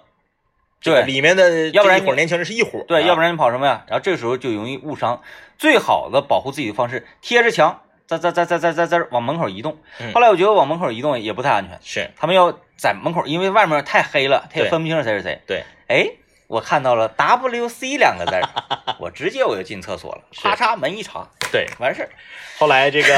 Speaker 2: 这个
Speaker 1: 对
Speaker 2: 里面的
Speaker 1: 要不然
Speaker 2: 这一伙年轻人是一伙儿，啊
Speaker 1: 对，要不
Speaker 2: 然
Speaker 1: 然你跑什么呀？然后这时候就容易误伤。最好的保护自己的方式，贴着墙，在在在在在在在往门口移动。
Speaker 2: 嗯
Speaker 1: 后来我觉得往门口移动也不太安全，
Speaker 2: 是
Speaker 1: 他们要在门口，因为外面太黑了，他也
Speaker 2: 对
Speaker 1: 分不清谁是谁。
Speaker 2: 对，
Speaker 1: 哎，我看到了 WC 两个字 儿，我直接我就进厕所了，
Speaker 2: 是
Speaker 1: 咔嚓门一查，
Speaker 2: 对，
Speaker 1: 完事儿。
Speaker 2: 后来这个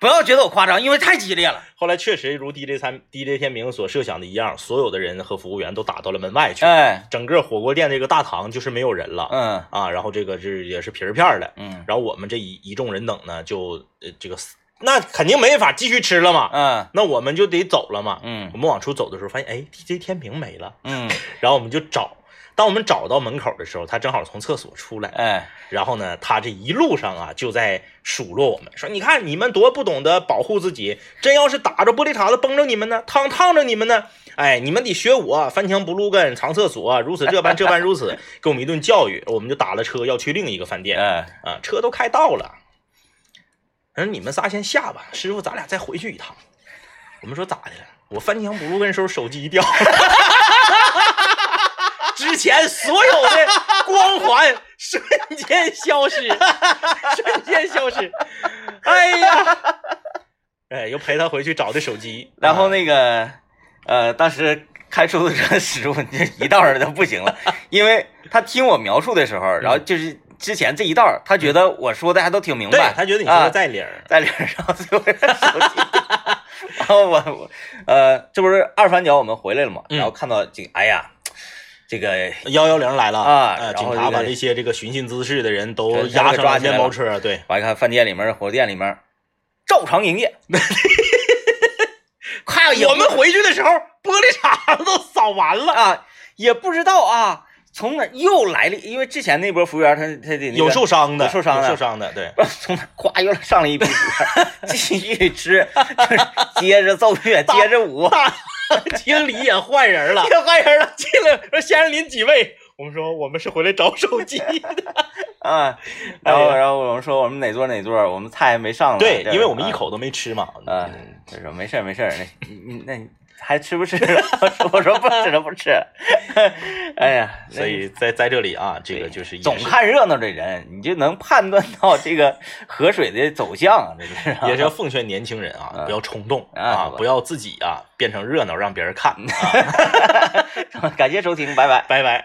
Speaker 1: 不要觉得我夸张，因为太激烈了。
Speaker 2: 后来确实如 DJ 三 DJ 天明所设想的一样，所有的人和服务员都打到了门外去，
Speaker 1: 哎，
Speaker 2: 整个火锅店这个大堂就是没有人了
Speaker 1: 嗯
Speaker 2: 啊，然后这个是也是皮儿片儿的，
Speaker 1: 嗯
Speaker 2: 然后我们这一一众人等呢，就呃这个那肯定没法继续吃了嘛，
Speaker 1: 嗯
Speaker 2: 那我们就得走了嘛，
Speaker 1: 嗯
Speaker 2: 我们往出走的时候发现，哎，DJ 天平没了，
Speaker 1: 嗯，
Speaker 2: 然后我们就找。当我们找到门口的时候，他正好从厕所出来，
Speaker 1: 哎，
Speaker 2: 然后呢，他这一路上啊就在数落我们，说你看你们多不懂得保护自己，真要是打着玻璃碴子崩着你们呢，烫烫着你们呢，哎，你们得学我翻墙不露根，藏厕所，如此这般这般如此， 给我们一顿教育，我们就打了车要去另一个饭店
Speaker 1: 哎，
Speaker 2: 啊，车都开到了，他说你们仨先下吧，师傅咱俩再回去一趟。我们说咋的了？我翻墙不露根时候手机掉 了。之前所有的光环瞬间消失， 瞬间消失。哎呀，哎，又陪他回去找的手机，
Speaker 1: 然后那个呃，当时开出租车师傅这一道儿都不 行了，因为他听我描述的时候，然后就是之前这一道儿，他觉得我说的还都挺明
Speaker 2: 对
Speaker 1: 白，
Speaker 2: 他觉得你是
Speaker 1: 啊
Speaker 2: 个在理儿，
Speaker 1: 在脸上最后手机。然后我我呃，这不是二反角我们回来了嘛，
Speaker 2: 嗯
Speaker 1: 然后看到这个，哎呀，这个
Speaker 2: 幺幺零来了
Speaker 1: 啊
Speaker 2: 呃
Speaker 1: 然
Speaker 2: 警
Speaker 1: 后
Speaker 2: 察
Speaker 1: 这
Speaker 2: 把
Speaker 1: 个
Speaker 2: 这些这个寻衅滋事的人都
Speaker 1: 对
Speaker 2: 押
Speaker 1: 全
Speaker 2: 上
Speaker 1: 都抓
Speaker 2: 了
Speaker 1: 起来
Speaker 2: 面
Speaker 1: 了
Speaker 2: 包车，对，
Speaker 1: 我还看饭店里面、火锅店里面照常营 业，快也不
Speaker 2: 我们回去的时候，玻璃碴子都扫完了，
Speaker 1: 啊，也不知道啊，从哪儿又来了，因为之前那波服务员他他得、那个、
Speaker 2: 有受伤的，
Speaker 1: 有受伤的
Speaker 2: 受伤的， 对，
Speaker 1: 从哪儿咵又上了一批服务员继续吃，就是接着奏 乐，接着舞，啊
Speaker 2: 经理也换人了，
Speaker 1: 这换人了。
Speaker 2: 进来说先生您几位？我们说我们是回来找手机的。
Speaker 1: 啊，然后然后我们说我们哪座哪座，我们菜还没上呢。
Speaker 2: 哎 对，
Speaker 1: 这
Speaker 2: 因为我们一
Speaker 1: 啊
Speaker 2: 口都没吃嘛。
Speaker 1: 啊
Speaker 2: 嗯，
Speaker 1: 他说没事儿没事儿，那你你那你还吃不 吃？我说我说不吃了不吃了。哎呀，那
Speaker 2: 所以在在这里啊，这个
Speaker 1: 对
Speaker 2: 就是也
Speaker 1: 总
Speaker 2: 是
Speaker 1: 看热闹的人，你就能判断到这个河水的走向，这是啊
Speaker 2: 也 是要奉劝年轻人啊，不要冲动
Speaker 1: 啊
Speaker 2: 啊
Speaker 1: 好，吧
Speaker 2: 不要自己啊变成热闹让别人看啊。
Speaker 1: 感谢收听，拜拜。
Speaker 2: 拜拜。